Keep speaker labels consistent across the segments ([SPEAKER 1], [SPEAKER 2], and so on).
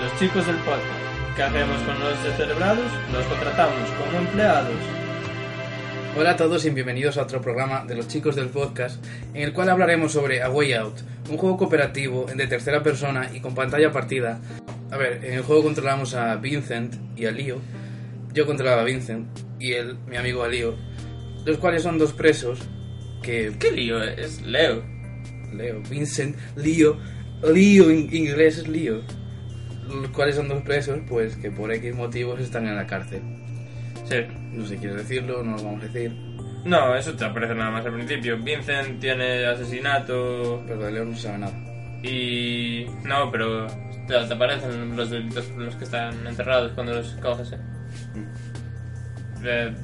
[SPEAKER 1] Los chicos del podcast. ¿Qué hacemos con los descerebrados? Los contratamos como empleados.
[SPEAKER 2] Hola a todos y bienvenidos a otro programa de los chicos del podcast, en el cual hablaremos sobre A Way Out, un juego cooperativo de tercera persona y con pantalla partida. A ver, en el juego controlamos a Vincent y a Leo. Yo controlaba a Vincent y él, mi amigo a Leo, los cuales son dos presos que
[SPEAKER 1] ¿Qué lío es? Leo.
[SPEAKER 2] Leo, Vincent, Leo, Leo en inglés es Leo. Los cuales son dos presos, pues que por X motivos están en la cárcel.
[SPEAKER 1] Sí.
[SPEAKER 2] No sé si quieres decirlo, no lo vamos a decir.
[SPEAKER 1] No, eso te aparece nada más al principio. Vincent tiene asesinato
[SPEAKER 2] Pero de Leo no se sabe nada.
[SPEAKER 1] y... No, pero te, te aparecen los delitos por los que están enterrados cuando los coges. eh. Eh,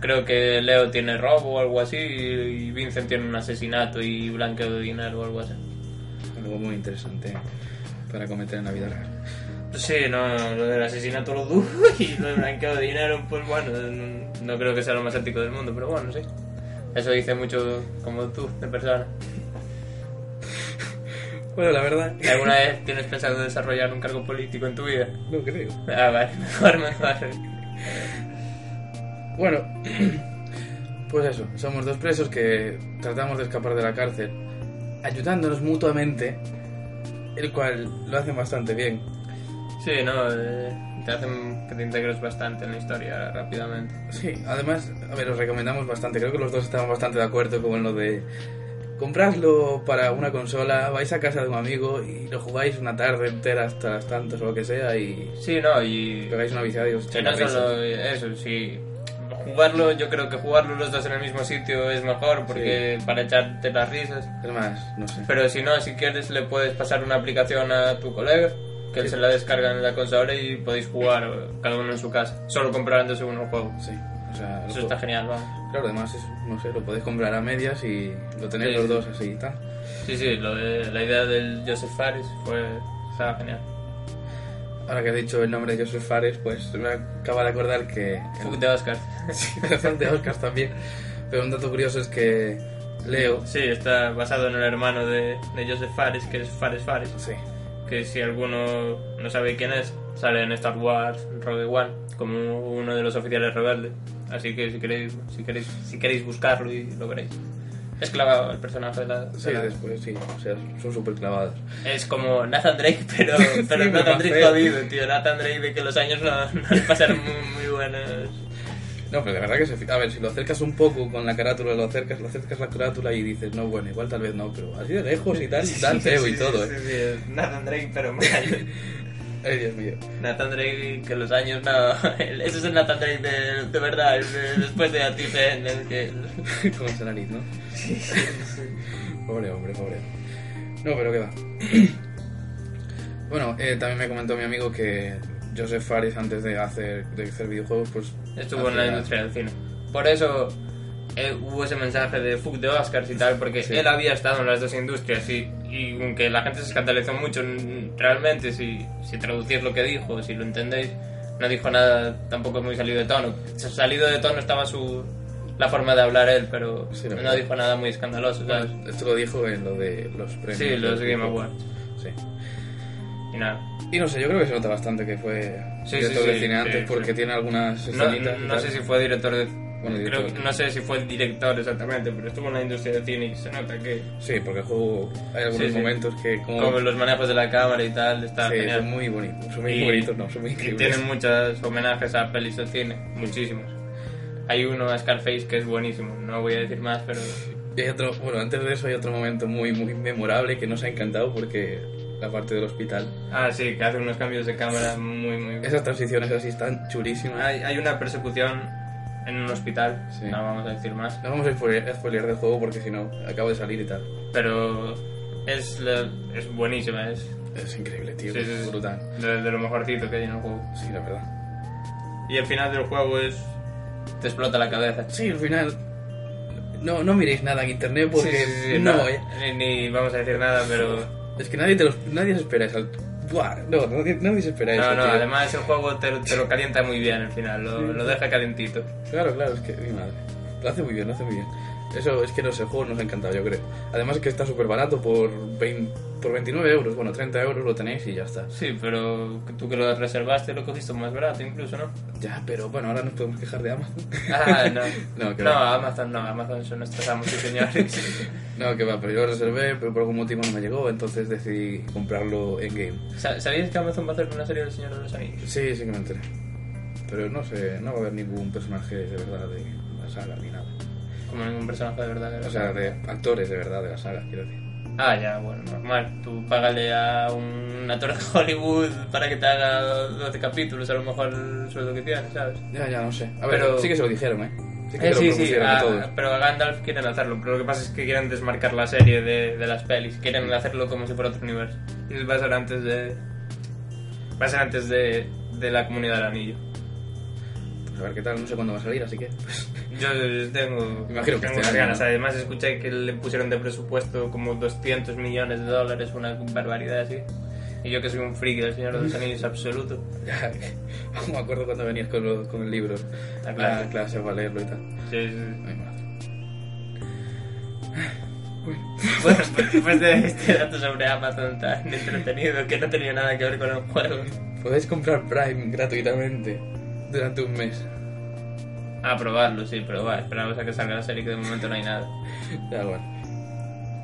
[SPEAKER 1] creo que Leo tiene robo o algo así y Vincent tiene un asesinato y blanqueo de dinero o algo así.
[SPEAKER 2] Algo muy interesante para cometer en la vida real.
[SPEAKER 1] Sí, no, lo del asesinato lo dudo y lo del blanqueo de dinero, pues bueno, no, no creo que sea lo más ético del mundo, pero bueno, sí. Eso dice mucho como tú, de persona.
[SPEAKER 2] Bueno, la verdad,
[SPEAKER 1] ¿Alguna vez tienes pensado desarrollar un cargo político en tu vida?
[SPEAKER 2] no creo.
[SPEAKER 1] Ah, vale, mejor, mejor.
[SPEAKER 2] Bueno, pues eso, somos dos presos que tratamos de escapar de la cárcel, ayudándonos mutuamente, el cual lo hacen bastante bien.
[SPEAKER 1] Sí, no, eh, te hacen que te integres bastante en la historia rápidamente.
[SPEAKER 2] Sí, además, a ver, os recomendamos bastante, creo que los dos estamos bastante de acuerdo con lo de compradlo para una consola, vais a casa de un amigo y lo jugáis una tarde entera hasta las tantas o lo que sea y
[SPEAKER 1] Sí, no, y...
[SPEAKER 2] pegáis una viciada y os
[SPEAKER 1] Sí,
[SPEAKER 2] echáis
[SPEAKER 1] no
[SPEAKER 2] las risas.
[SPEAKER 1] solo eso, sí. Jugarlo, yo creo que jugarlo los dos en el mismo sitio es mejor porque para echarte las risas.
[SPEAKER 2] Es más, no sé.
[SPEAKER 1] Pero si no, si quieres, le puedes pasar una aplicación a tu colega, que él se la descarga en la consola y podéis jugar eh, cada uno en su casa, solo comparándose uno juego.
[SPEAKER 2] Sí, o sea,
[SPEAKER 1] Eso
[SPEAKER 2] lo-
[SPEAKER 1] está genial, vamos.
[SPEAKER 2] Claro, además, es- no sé, lo podéis comprar a medias y lo tenéis
[SPEAKER 1] Sí,
[SPEAKER 2] los
[SPEAKER 1] sí.
[SPEAKER 2] dos así y tal.
[SPEAKER 1] Sí, sí, lo de- la idea del Joseph Fares fue. estaba genial.
[SPEAKER 2] Ahora que he dicho el nombre de Joseph Fares, pues me acaba de acordar que...
[SPEAKER 1] Fuck de Oscar.
[SPEAKER 2] Sí, bastante Oscars también. Pero un dato curioso es que Leo...
[SPEAKER 1] Sí, está basado en el hermano de, de Joseph Fares, que es Fares Fares.
[SPEAKER 2] Sí.
[SPEAKER 1] que si alguno no sabe quién es, sale en Star Wars Rogue One como uno de los oficiales rebeldes. Así que si queréis, si queréis, si queréis buscarlo y lo veréis. Es clavado el personaje de la... de
[SPEAKER 2] Sí,
[SPEAKER 1] la-
[SPEAKER 2] después sí. O sea, son súper clavados.
[SPEAKER 1] es como Nathan Drake, pero,
[SPEAKER 2] Sí,
[SPEAKER 1] pero
[SPEAKER 2] pero
[SPEAKER 1] Nathan
[SPEAKER 2] más
[SPEAKER 1] Drake
[SPEAKER 2] feo.
[SPEAKER 1] jodido, tío. Nathan Drake de que los años no, no le pasaron muy, muy buenos.
[SPEAKER 2] No, pero de verdad que se... fi- A ver, si lo acercas un poco con la carátula, lo acercas, lo acercas la carátula y dices, no, bueno, igual tal vez no, pero así de lejos y tal, tan feo y todo.
[SPEAKER 1] Sí,
[SPEAKER 2] ¿eh?
[SPEAKER 1] sí, es Nathan Drake, pero mal.
[SPEAKER 2] Ay, Dios mío.
[SPEAKER 1] Nathan Drake, que los años no. Ese es el Nathan Drake de, de verdad, el de- después de Atifen, el que.
[SPEAKER 2] con esa nariz, ¿no? pobre hombre, pobre. No, pero qué va. bueno, eh, también me comentó mi amigo que Joseph Fares antes de hacer, de hacer videojuegos, pues...
[SPEAKER 1] Estuvo en la
[SPEAKER 2] hacía-
[SPEAKER 1] industria del cine. Por eso eh, hubo ese mensaje de fuck de Oscars y tal, porque
[SPEAKER 2] Sí.
[SPEAKER 1] él había estado en las dos industrias y, y aunque la gente se escandalizó mucho, n- realmente, si, si traducís lo que dijo, si lo entendéis, no dijo nada tampoco muy salido de tono. S- Salido de tono estaba su la forma de hablar él, pero
[SPEAKER 2] Sí, la
[SPEAKER 1] no
[SPEAKER 2] verdad.
[SPEAKER 1] dijo nada muy escandaloso, ¿sabes?
[SPEAKER 2] Bueno, esto lo dijo en lo de los premios.
[SPEAKER 1] sí, los
[SPEAKER 2] de-
[SPEAKER 1] Game Awards.
[SPEAKER 2] Sí.
[SPEAKER 1] Y nada.
[SPEAKER 2] Y no sé, yo creo que se nota bastante que fue
[SPEAKER 1] Sí,
[SPEAKER 2] director
[SPEAKER 1] sí,
[SPEAKER 2] de
[SPEAKER 1] sí,
[SPEAKER 2] cine antes
[SPEAKER 1] sí,
[SPEAKER 2] porque
[SPEAKER 1] sí.
[SPEAKER 2] tiene algunas
[SPEAKER 1] No,
[SPEAKER 2] escenitas. y
[SPEAKER 1] no
[SPEAKER 2] tal.
[SPEAKER 1] sé si fue director de...
[SPEAKER 2] Bueno,
[SPEAKER 1] creo
[SPEAKER 2] director.
[SPEAKER 1] que- no sé si fue el director exactamente, pero estuvo en la industria del cine y se nota que...
[SPEAKER 2] Sí, porque el juego hay algunos
[SPEAKER 1] Sí, sí.
[SPEAKER 2] momentos que como...
[SPEAKER 1] como los manejos de la cámara y tal, está
[SPEAKER 2] sí,
[SPEAKER 1] genial.
[SPEAKER 2] son muy bonitos, son muy
[SPEAKER 1] Y-
[SPEAKER 2] bonitos, no, son muy
[SPEAKER 1] Y
[SPEAKER 2] increíbles.
[SPEAKER 1] tienen muchos homenajes a pelis de cine, muchísimos. Hay uno a Scarface que es buenísimo, no voy a decir más, pero
[SPEAKER 2] Y hay otro, bueno, antes de eso hay otro momento muy, muy memorable que nos ha encantado porque la parte del hospital.
[SPEAKER 1] ah sí, que hace unos cambios de cámara muy muy.
[SPEAKER 2] Esas transiciones así están chulísimas.
[SPEAKER 1] Hay, hay una persecución en un hospital,
[SPEAKER 2] Sí.
[SPEAKER 1] no vamos a decir más,
[SPEAKER 2] No vamos a spoilear, a spoilear del juego porque si no, acabo de salir y tal.
[SPEAKER 1] pero es la- es buenísima, es
[SPEAKER 2] Es increíble, tío.
[SPEAKER 1] Sí, sí, sí.
[SPEAKER 2] Brutal.
[SPEAKER 1] De, de lo mejorcito que hay en el juego.
[SPEAKER 2] Sí, la verdad.
[SPEAKER 1] Y el final del juego es. Te explota la cabeza.
[SPEAKER 2] Sí, al final. No, no miréis nada en internet porque
[SPEAKER 1] Sí, sí, sí,
[SPEAKER 2] no,
[SPEAKER 1] nada.
[SPEAKER 2] eh.
[SPEAKER 1] Ni- ni vamos a decir nada, pero.
[SPEAKER 2] Es que nadie, te los, nadie se espera eso. Buah, no, nadie, nadie se espera eso.
[SPEAKER 1] No, no,
[SPEAKER 2] tío.
[SPEAKER 1] además el juego te, te lo calienta muy bien al final, lo, lo deja calentito.
[SPEAKER 2] Claro, claro, es que mi madre. Lo hace muy bien, lo hace muy bien. Eso es que no sé, el juego nos ha encantado, yo creo. Además que está súper barato por, 20 por 29 euros, bueno, 30 euros lo tenéis y ya está.
[SPEAKER 1] Sí, pero tú que lo reservaste lo cogiste más barato incluso, ¿no?
[SPEAKER 2] Ya, pero bueno, ahora nos podemos quejar de Amazon.
[SPEAKER 1] Ah, no.
[SPEAKER 2] No, que
[SPEAKER 1] no,
[SPEAKER 2] va.
[SPEAKER 1] Amazon no, Amazon son nuestros amos y señores.
[SPEAKER 2] No, que va, pero yo lo reservé, pero por algún motivo no me llegó, entonces decidí comprarlo en game.
[SPEAKER 1] Sa- ¿Sabías que Amazon va a hacer una serie del Señor de los Anillos?
[SPEAKER 2] Sí, sí que me enteré. Pero no sé, no va a haber ningún personaje de verdad de la saga ni nada.
[SPEAKER 1] Como ningún personaje de verdad.
[SPEAKER 2] O sea, de actores de verdad de la saga, quiero decir.
[SPEAKER 1] Ah, ya, bueno, normal. Tú págale a un actor de Hollywood para que te haga 12 capítulos, a lo mejor el sueldo que tienes, ¿sabes?
[SPEAKER 2] Ya, ya, no sé. A ver,
[SPEAKER 1] Pero-
[SPEAKER 2] sí que se lo dijeron, ¿eh? Sí
[SPEAKER 1] Eh,
[SPEAKER 2] que se lo
[SPEAKER 1] sí, sí,
[SPEAKER 2] propusieron a
[SPEAKER 1] a-
[SPEAKER 2] todos.
[SPEAKER 1] pero a Gandalf quieren hacerlo, pero lo que pasa es que quieren desmarcar la serie de, de las pelis,
[SPEAKER 2] Mm.
[SPEAKER 1] quieren hacerlo como si fuera otro universo. Y va a ser antes de. Va a ser antes de, de la comunidad del anillo.
[SPEAKER 2] Pues A ver qué tal, no sé cuándo va a salir, así que...
[SPEAKER 1] Yo tengo,
[SPEAKER 2] Imagino
[SPEAKER 1] tengo
[SPEAKER 2] que este
[SPEAKER 1] unas
[SPEAKER 2] año,
[SPEAKER 1] ganas.
[SPEAKER 2] ¿no?
[SPEAKER 1] Además, escuché que le pusieron de presupuesto como 200 millones de dólares, una barbaridad así. Y yo que soy un friki del Señor de los Anillos absoluto.
[SPEAKER 2] Ya, aún me acuerdo cuando venías con, los- con el libro
[SPEAKER 1] La
[SPEAKER 2] a
[SPEAKER 1] clase.
[SPEAKER 2] la clase para leerlo y tal.
[SPEAKER 1] Sí, sí, sí.
[SPEAKER 2] Ay, madre.
[SPEAKER 1] Bueno, pues después de este dato sobre Amazon tan entretenido que no tenía nada que ver con el juego.
[SPEAKER 2] Podéis comprar Prime gratuitamente durante un mes.
[SPEAKER 1] Ah, probarlo, sí, probar. Esperamos a que salga la serie que de momento no hay nada.
[SPEAKER 2] Ya, bueno.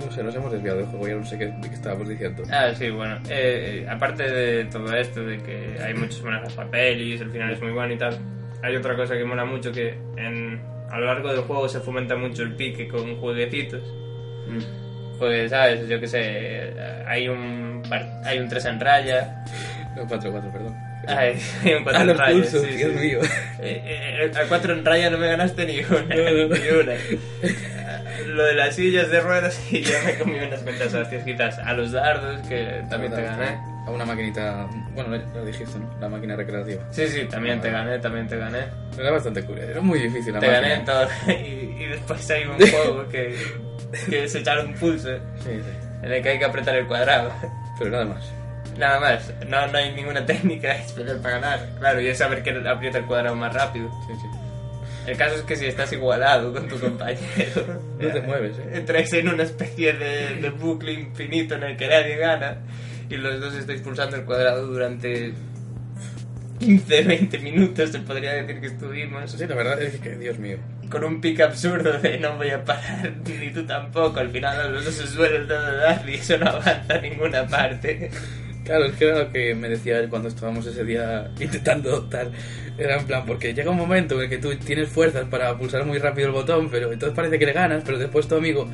[SPEAKER 2] No sé, nos hemos desviado del juego, ya no sé qué, de qué estábamos diciendo.
[SPEAKER 1] Ah, sí, bueno. eh, eh, aparte de todo esto, de que hay muchos manejas para pelis, el final es muy bueno y tal, hay otra cosa que mola mucho que en- a lo largo del juego se fomenta mucho el pique con jueguecitos.
[SPEAKER 2] Mm.
[SPEAKER 1] Pues, ¿sabes? Yo qué sé, hay un, par- hay un 3 en raya,
[SPEAKER 2] No, 4-4, perdón.
[SPEAKER 1] hay, hay un 4
[SPEAKER 2] ah,
[SPEAKER 1] en
[SPEAKER 2] los
[SPEAKER 1] raya.
[SPEAKER 2] pulsos,
[SPEAKER 1] sí,
[SPEAKER 2] Dios
[SPEAKER 1] sí.
[SPEAKER 2] mío.
[SPEAKER 1] Eh, eh, eh, a cuatro en raya no me ganaste ni una.
[SPEAKER 2] No, no, no.
[SPEAKER 1] Ni una. Eh, Lo de las sillas de ruedas y yo me comí unas cuantas hostias A los dardos, que también te gané.
[SPEAKER 2] A una maquinita... Bueno, lo lo dijiste, ¿no? La máquina recreativa.
[SPEAKER 1] Sí, sí, también te gané, también te gané.
[SPEAKER 2] Era bastante curioso, era muy difícil la
[SPEAKER 1] Te
[SPEAKER 2] máquina.
[SPEAKER 1] gané en todo. Y, y después hay un juego que, que es echar un pulso
[SPEAKER 2] Sí, sí.
[SPEAKER 1] en el que hay que apretar el cuadrado.
[SPEAKER 2] Pero nada más.
[SPEAKER 1] Nada más, no, no hay ninguna técnica especial para ganar. Claro, y es saber que aprieta el cuadrado más rápido.
[SPEAKER 2] Sí, sí.
[SPEAKER 1] El caso es que si estás igualado con tu compañero,
[SPEAKER 2] No te mueves, ¿eh?
[SPEAKER 1] entráis en una especie de, de bucle infinito en el que nadie gana y los dos estáis pulsando el cuadrado durante 15, 20 minutos, se podría decir que estuvimos,
[SPEAKER 2] Sí, la verdad es que, Dios mío.
[SPEAKER 1] con un pique absurdo de no voy a parar, ni tú tampoco, al final los dos se suelen dar y eso no avanza a ninguna parte.
[SPEAKER 2] Claro, es que era lo que me decía él cuando estábamos ese día intentando optar. Era en plan, porque llega un momento en el que tú tienes fuerzas para pulsar muy rápido el botón, pero entonces parece que le ganas, pero después tu amigo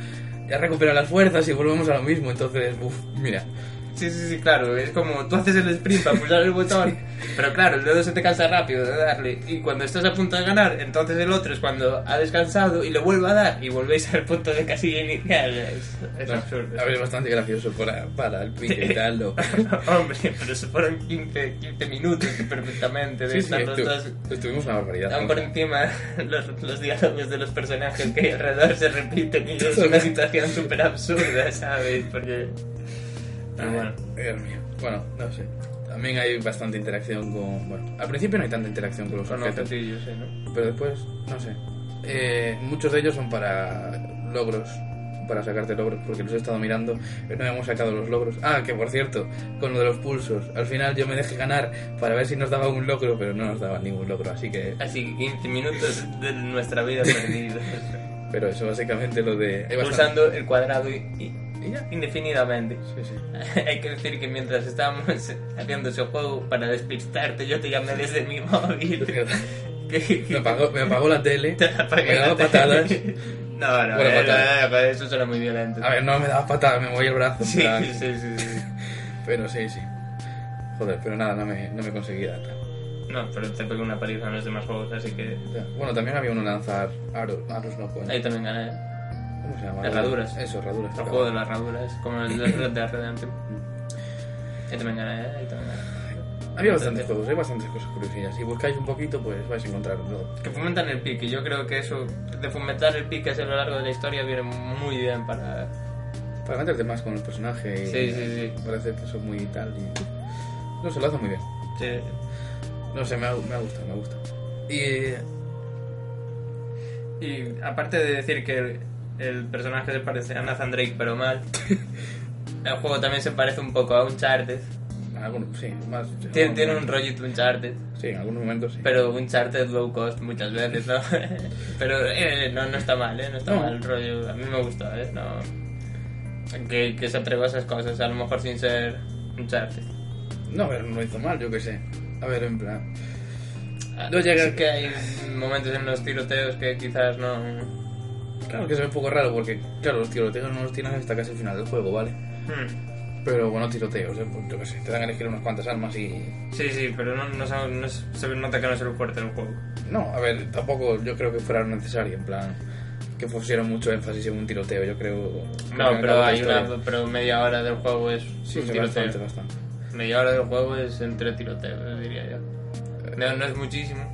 [SPEAKER 2] ya recupera las fuerzas y volvemos a lo mismo. Entonces, uff, mira.
[SPEAKER 1] Sí, sí, sí, claro. Es como tú haces el sprint para pulsar el botón, pero claro, el dedo se te cansa rápido de darle. Y cuando estás a punto de ganar, entonces el otro es cuando ha descansado y le vuelve a dar y volvéis al punto de casilla inicial. Es, es absurdo.
[SPEAKER 2] A ver, es bastante gracioso para, para el pique y tal. lo-
[SPEAKER 1] Hombre, pero se fueron 15, 15 minutos perfectamente de
[SPEAKER 2] Sí, sí,
[SPEAKER 1] estar los
[SPEAKER 2] estu-
[SPEAKER 1] dos.
[SPEAKER 2] estuvimos una barbaridad.
[SPEAKER 1] Aún por encima, los, los diálogos de los personajes que hay alrededor se repiten y es una situación súper absurda, ¿sabes? Porque. Pero bueno.
[SPEAKER 2] Dios mío. Bueno, no sé. También hay bastante interacción con... Bueno, al principio no hay tanta interacción con los
[SPEAKER 1] Son
[SPEAKER 2] objetos.
[SPEAKER 1] objetillos, ¿eh? ¿no?
[SPEAKER 2] Pero después, no sé. Eh, muchos de ellos son para logros, para sacarte logros, porque los he estado mirando, pero no hemos sacado los logros. Ah, que por cierto, con lo de los pulsos, al final yo me dejé ganar para ver si nos daba un logro, pero no nos daba ningún logro, así que...
[SPEAKER 1] Así que 15 minutos de nuestra vida perdida.
[SPEAKER 2] Pero eso básicamente lo de... hay bastante-
[SPEAKER 1] Pulsando el cuadrado i- i-
[SPEAKER 2] Y ya.
[SPEAKER 1] indefinidamente.
[SPEAKER 2] Sí, sí.
[SPEAKER 1] Hay que decir que mientras estábamos haciendo ese juego para despistarte, yo te llamé desde mi móvil. Que-
[SPEAKER 2] Me apagó, me apagó la tele,
[SPEAKER 1] te la apagué
[SPEAKER 2] me
[SPEAKER 1] la
[SPEAKER 2] daba
[SPEAKER 1] tele.
[SPEAKER 2] patadas.
[SPEAKER 1] No, no,
[SPEAKER 2] Bueno,
[SPEAKER 1] eh,
[SPEAKER 2] patadas.
[SPEAKER 1] no, eso suena muy violento.
[SPEAKER 2] A ver, no me daba patadas, me moví el brazo. en
[SPEAKER 1] Sí,
[SPEAKER 2] plan,
[SPEAKER 1] sí, sí, sí.
[SPEAKER 2] Pero sí, sí. Joder, pero nada, no me, no me conseguí dar.
[SPEAKER 1] No, pero te pegué una paliza en los demás juegos, así que
[SPEAKER 2] Ya. Bueno, también había uno lanzar aros, aros no, pues.
[SPEAKER 1] ahí también gané.
[SPEAKER 2] ¿Cómo se llama?
[SPEAKER 1] Herraduras.
[SPEAKER 2] Eso, herraduras.
[SPEAKER 1] El juego de las raduras, como el de Red Dead Redemption. Yo también gané, ¿eh? Yo también gané.
[SPEAKER 2] Había bastantes juegos, hay bastantes cosas curiosillas. Si buscáis un poquito, pues vais a encontrar de todo.
[SPEAKER 1] Que fomentan el pique. Yo creo que eso, de fomentar el pique a lo largo de la historia, viene muy bien para.
[SPEAKER 2] Para meterte más con el personaje y
[SPEAKER 1] Sí, sí, sí.
[SPEAKER 2] para hacer eso muy tal. Y... No se lo hace muy bien.
[SPEAKER 1] Sí.
[SPEAKER 2] No sé, me ha, me ha gustado, me gusta.
[SPEAKER 1] Y. Y aparte de decir que el personaje se parece a Nathan Drake, pero mal, el juego también se parece un poco a Uncharted.
[SPEAKER 2] En algunos, sí, más. en
[SPEAKER 1] Tiene,
[SPEAKER 2] algunos
[SPEAKER 1] tiene un
[SPEAKER 2] momentos.
[SPEAKER 1] rollito Uncharted.
[SPEAKER 2] Sí, en algunos momentos sí.
[SPEAKER 1] Pero Uncharted low cost muchas veces, ¿no? pero eh, no, no está mal, ¿eh? No está
[SPEAKER 2] No.
[SPEAKER 1] mal el rollo. A mí me gusta, ¿eh? No. Que, que se atreva a esas cosas, a lo mejor sin ser Uncharted.
[SPEAKER 2] No, pero no lo hizo mal, yo qué sé. A ver, en plan.
[SPEAKER 1] Ah,
[SPEAKER 2] No llega-
[SPEAKER 1] sí que hay momentos en los tiroteos que quizás no.
[SPEAKER 2] Claro que se ve un poco raro porque, claro, los tiroteos no los tienes hasta casi el final del juego, ¿vale?
[SPEAKER 1] Hmm.
[SPEAKER 2] Pero bueno, tiroteos, ¿eh? Pues, yo qué sé, te dan a elegir unas cuantas armas y.
[SPEAKER 1] Sí, sí, pero no, no, sabe- no es- se nota que no es el fuerte del juego.
[SPEAKER 2] No, a ver, tampoco yo creo que fuera necesario, en plan. Que pusieron mucho énfasis en un tiroteo, yo creo.
[SPEAKER 1] No,
[SPEAKER 2] que
[SPEAKER 1] pero
[SPEAKER 2] la
[SPEAKER 1] hay
[SPEAKER 2] historia-
[SPEAKER 1] una, pero media hora del juego es
[SPEAKER 2] Sí,
[SPEAKER 1] un
[SPEAKER 2] sí,
[SPEAKER 1] tiroteo.
[SPEAKER 2] bastante, bastante.
[SPEAKER 1] Media hora del juego es entre tiroteos, diría yo. No, no es muchísimo,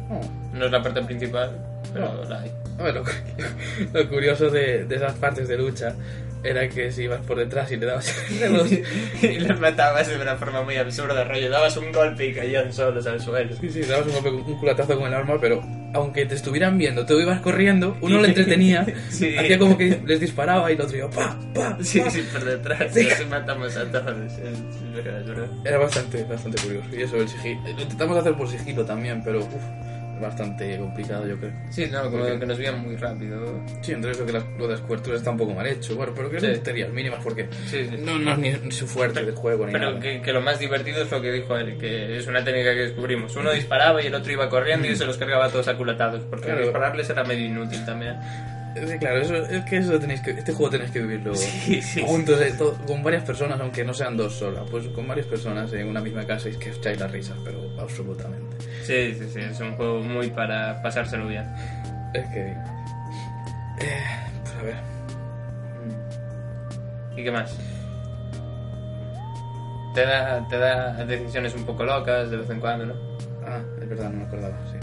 [SPEAKER 2] No,
[SPEAKER 1] no es la parte principal, pero
[SPEAKER 2] No.
[SPEAKER 1] la hay.
[SPEAKER 2] A ver, lo, cu- lo curioso de, de esas partes de lucha era que si ibas por detrás y le dabas en los-
[SPEAKER 1] y los matabas de una forma muy absurda, rollo. Dabas un golpe y caían solos al suelo.
[SPEAKER 2] Sí, sí, dabas un, golpe- un culatazo con el arma, pero aunque te estuvieran viendo, tú ibas corriendo, uno le entretenía,
[SPEAKER 1] Sí.
[SPEAKER 2] hacía como que les disparaba y el otro iba pa, pa, pa.
[SPEAKER 1] Sí, sí, por detrás.
[SPEAKER 2] Sí.
[SPEAKER 1] Así matamos a todos. Es, es verdad, es verdad.
[SPEAKER 2] Era bastante, bastante curioso. Y eso, el sigilo. Lo intentamos hacer por sigilo también, pero uf, es bastante complicado, yo creo.
[SPEAKER 1] Sí, no, como
[SPEAKER 2] Porque-
[SPEAKER 1] que nos veían muy rápido.
[SPEAKER 2] Sí, entre eso que las, lo de las coberturas está un poco mal hecho, bueno, pero que son
[SPEAKER 1] Sí.
[SPEAKER 2] tonterías mínimas porque
[SPEAKER 1] Sí, sí.
[SPEAKER 2] no, no es ni- ni su fuerte del juego ni
[SPEAKER 1] Pero
[SPEAKER 2] nada.
[SPEAKER 1] que, que lo más divertido es lo que dijo él, que es una técnica que descubrimos. Uno disparaba y el otro iba corriendo y se los cargaba todos aculatados, porque
[SPEAKER 2] Claro.
[SPEAKER 1] dispararles era medio inútil también.
[SPEAKER 2] Sí, claro, eso, es que eso tenéis que, este juego tenéis que vivirlo
[SPEAKER 1] Sí, sí.
[SPEAKER 2] juntos, eh, todo- con varias personas, aunque no sean dos solas, pues con varias personas en una misma casa y es que os echáis las risas, pero absolutamente.
[SPEAKER 1] Sí, sí, sí, es un juego muy para pasárselo bien.
[SPEAKER 2] Es que... eh, pues a ver.
[SPEAKER 1] ¿Y qué más? Te da, te da decisiones un poco locas de vez en cuando, ¿no?
[SPEAKER 2] Ah, es verdad, no me acordaba, sí.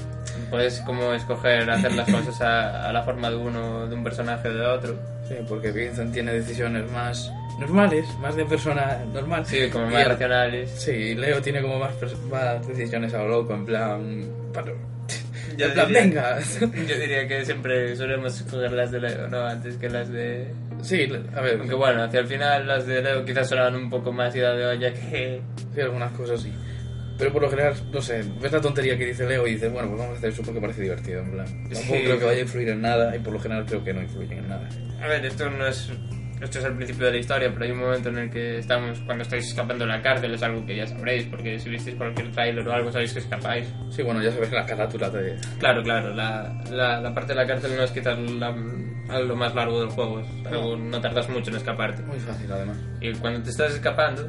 [SPEAKER 1] Puedes como escoger hacer las cosas a, a la forma de uno, de un personaje o de otro.
[SPEAKER 2] Sí, porque Vincent tiene decisiones más normales, más de persona normal.
[SPEAKER 1] Sí, como
[SPEAKER 2] Y
[SPEAKER 1] más
[SPEAKER 2] el-
[SPEAKER 1] racionales.
[SPEAKER 2] Sí, y Leo tiene como más, pers- más decisiones a lo loco, en plan... Para,
[SPEAKER 1] Yo
[SPEAKER 2] en plan,
[SPEAKER 1] diría-
[SPEAKER 2] venga.
[SPEAKER 1] Yo diría que siempre solemos escoger las de Leo, ¿no? Antes que las de...
[SPEAKER 2] sí, a ver,
[SPEAKER 1] Aunque bueno, hacia el final las de Leo quizás sonaban un poco más ida de olla que...
[SPEAKER 2] Sí, algunas cosas sí. Pero por lo general, no sé, ves la tontería que dice Leo y dices, bueno, pues vamos a hacer eso porque parece divertido, en plan. Tampoco
[SPEAKER 1] Sí.
[SPEAKER 2] creo que vaya a influir en nada y por lo general creo que no influye en nada.
[SPEAKER 1] A ver, esto no es... Esto es el principio de la historia, pero hay un momento en el que estamos, cuando estáis escapando de la cárcel, es algo que ya sabréis, porque si visteis cualquier tráiler o algo sabéis que escapáis.
[SPEAKER 2] Sí, bueno, ya sabes la carátula de...
[SPEAKER 1] Claro, claro, la, la, la parte de la cárcel no es quizás la, lo más largo del juego, es algo- no tardas mucho en escaparte.
[SPEAKER 2] Muy fácil, además.
[SPEAKER 1] Y cuando te estás escapando,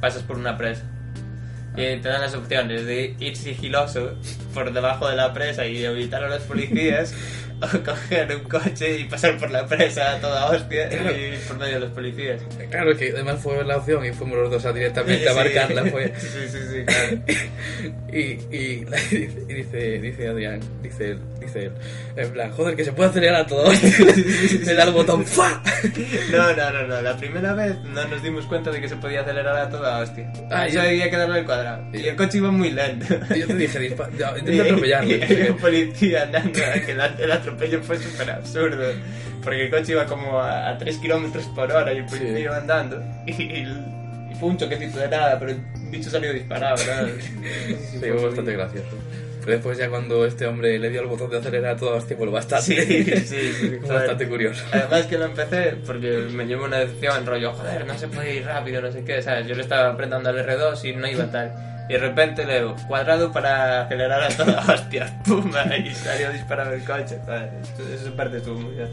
[SPEAKER 1] pasas por una presa.
[SPEAKER 2] Ah.
[SPEAKER 1] Y te dan las opciones de ir sigiloso por debajo de la presa y evitar a los policías, o coger un coche y pasar por la presa a toda hostia y ir por medio de los policías.
[SPEAKER 2] Claro que además fue la opción y fuimos los dos a directamente a
[SPEAKER 1] Sí.
[SPEAKER 2] marcarla, fue...
[SPEAKER 1] Sí, sí, sí, claro.
[SPEAKER 2] Y, y, la- y dice, dice Adrián, dice él, dice él, en plan, joder, que se puede acelerar a todo. Le da el botón, ¡fa!
[SPEAKER 1] No, no, no, no, la primera vez no nos dimos cuenta de que se podía acelerar a toda hostia.
[SPEAKER 2] Ah,
[SPEAKER 1] Eso
[SPEAKER 2] yo-
[SPEAKER 1] había que darle al cuadrado. Y el coche iba muy lento.
[SPEAKER 2] Y yo te dije, "Dispa- ya,
[SPEAKER 1] Y-
[SPEAKER 2] intenta atropellarle.
[SPEAKER 1] y había un policía andando, que el, el atropello fue súper absurdo. Porque el coche iba como a, 3 kilómetros por hora y el policía
[SPEAKER 2] Sí.
[SPEAKER 1] iba andando. Y, y- y fue un choquecito de nada, pero el bicho salió disparado, ¿no?
[SPEAKER 2] Sí, fue bastante gracioso. Pero después ya cuando este hombre le dio el botón de acelerar a todo hostia, pues bastante.
[SPEAKER 1] Sí, sí, sí.
[SPEAKER 2] Fue bastante curioso.
[SPEAKER 1] Además que lo empecé porque me llevo una decisión rollo, joder, no se puede ir rápido, no sé qué, ¿sabes? Yo le estaba apretando al R2 y no iba tal. Y de repente leo, cuadrado para acelerar a toda hostia, puma, y salió disparado el coche, joder, esto- esa parte estuvo muy bien.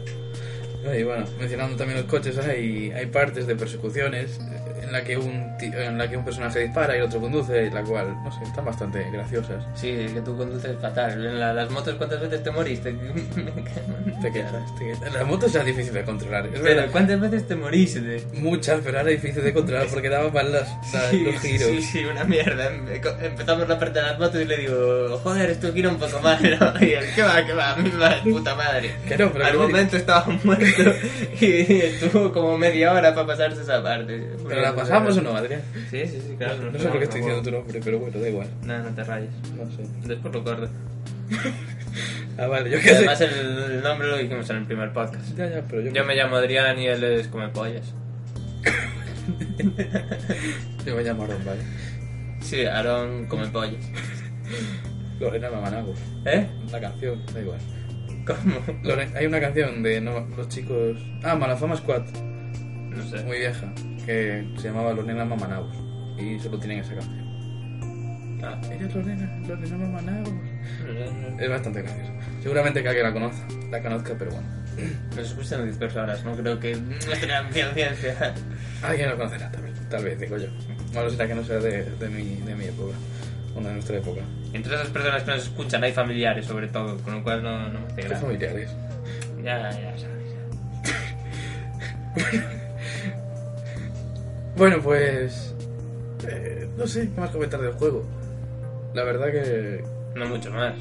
[SPEAKER 2] Y bueno, mencionando también los coches, hay, hay partes de persecuciones eh, en la, que un, ti- en la que un personaje dispara y el otro conduce, y la cual, no sé, están bastante graciosas.
[SPEAKER 1] Sí, que tú conduces fatal. En la- las motos, ¿cuántas veces te moriste?
[SPEAKER 2] Te quedas, te quedas. La moto es difícil de controlar, es verdad.
[SPEAKER 1] Pero, ¿cuántas veces te moriste?
[SPEAKER 2] Muchas, pero era difícil de controlar porque daba mal las, las- los giros.
[SPEAKER 1] sí, sí, una mierda. Empe- Empezamos la parte de las motos y le digo, joder, esto gira un poco más. ¿no? Y él, ¿qué va, qué va? A mí me va de puta madre.
[SPEAKER 2] Que no, pero
[SPEAKER 1] Al
[SPEAKER 2] que-
[SPEAKER 1] momento estaba muerto y estuvo como media hora para pasarse esa parte.
[SPEAKER 2] ¿Pero la pasamos o no, Adrián?
[SPEAKER 1] Sí, sí, sí, claro.
[SPEAKER 2] No sé por qué estoy diciendo tu nombre, pero bueno, da igual.
[SPEAKER 1] No, no te rayes.
[SPEAKER 2] No sé.
[SPEAKER 1] Después lo corto.
[SPEAKER 2] Ah, vale, yo
[SPEAKER 1] Que
[SPEAKER 2] qué sé.
[SPEAKER 1] además el, el nombre lo dijimos en el primer podcast.
[SPEAKER 2] Ya, ya, pero yo,
[SPEAKER 1] Yo me llamo Adrián y él es come pollas.
[SPEAKER 2] yo me llamo Aaron, vale.
[SPEAKER 1] Sí, Aarón come pollas.
[SPEAKER 2] Lorena Mamanago.
[SPEAKER 1] ¿Eh?
[SPEAKER 2] La canción, da igual.
[SPEAKER 1] ¿Cómo?
[SPEAKER 2] Loren- hay una canción de no, los chicos. Ah, Malafama Squad,
[SPEAKER 1] No sé.
[SPEAKER 2] muy vieja, que se llamaba Lorena Mamanagos. Y solo tienen esa canción.
[SPEAKER 1] Ah.
[SPEAKER 2] Ella es Lorena, Lorena Mamanagos. Es bastante graciosa. Seguramente que alguien la conozca, la conozca, pero bueno.
[SPEAKER 1] Nos escuchan 10 personas, no creo que nuestra audiencia.
[SPEAKER 2] Alguien la conocerá, tal vez, tal vez, digo yo. Malo será que no sea de, de, mi, de mi época, o de nuestra época.
[SPEAKER 1] Entre esas personas que nos escuchan hay familiares, sobre todo, con lo cual no, no me hace
[SPEAKER 2] Qué
[SPEAKER 1] gracia.
[SPEAKER 2] familiares.
[SPEAKER 1] Ya, ya sabes. ya.
[SPEAKER 2] Bueno, pues. eh, no sé qué más comentar del juego. La verdad que.
[SPEAKER 1] No mucho más.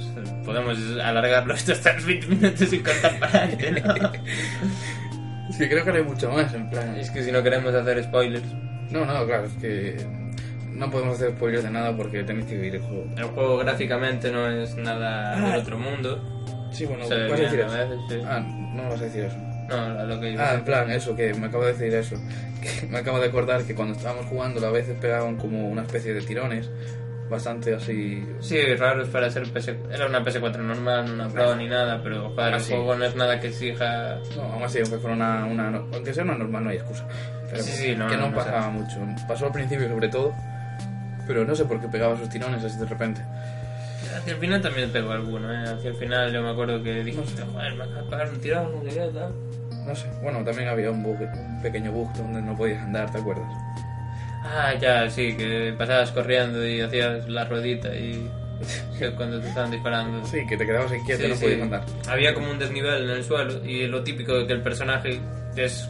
[SPEAKER 1] Podemos alargarlo esto hasta los 20 minutos sin cortar para adelante, ¿no?
[SPEAKER 2] Es que creo que no hay mucho más, en plan.
[SPEAKER 1] Es que si no queremos hacer spoilers,
[SPEAKER 2] No, no, claro, es que. No podemos hacer spoilers de nada porque tenéis que vivir el juego.
[SPEAKER 1] el juego gráficamente no es nada del otro mundo.
[SPEAKER 2] Sí, bueno,
[SPEAKER 1] Se ve
[SPEAKER 2] vas a
[SPEAKER 1] bien
[SPEAKER 2] decir
[SPEAKER 1] a
[SPEAKER 2] eso.
[SPEAKER 1] veces, Ah. pues sí.
[SPEAKER 2] Ah, no vas a decir eso.
[SPEAKER 1] No, a lo que iba.
[SPEAKER 2] Ah, en plan, eso, que me acabo de decir eso. Que me acabo de acordar que cuando estábamos jugando a veces pegaban como una especie de tirones. Bastante así.
[SPEAKER 1] Sí, raros para ser PS4. Era una PS4 normal, no una Pro ni nada, pero joder,
[SPEAKER 2] Ah,
[SPEAKER 1] el
[SPEAKER 2] sí.
[SPEAKER 1] juego no es nada que exija.
[SPEAKER 2] No, aún así, aunque fuera una, una no- Aunque sea una normal, no hay excusa. Pero
[SPEAKER 1] Sí, sí, no,
[SPEAKER 2] que no,
[SPEAKER 1] no sé.
[SPEAKER 2] pasaba mucho. Pasó al principio, sobre todo. Pero no sé por qué pegaba sus tirones así de repente.
[SPEAKER 1] Hacia el final también pegó alguno, ¿eh? Hacia el final yo me acuerdo que dijiste, joder, me acabas de pegar un tirón, no sé qué, tal.
[SPEAKER 2] No sé. Bueno, también había un bug, un pequeño bug donde no podías andar, ¿te acuerdas?
[SPEAKER 1] Ah, ya, sí, que pasabas corriendo y hacías la ruedita y. que cuando te estaban disparando.
[SPEAKER 2] Sí, que te quedabas inquieto
[SPEAKER 1] Sí,
[SPEAKER 2] y no
[SPEAKER 1] sí.
[SPEAKER 2] podías andar.
[SPEAKER 1] Había como un desnivel en el suelo y lo típico de que el personaje es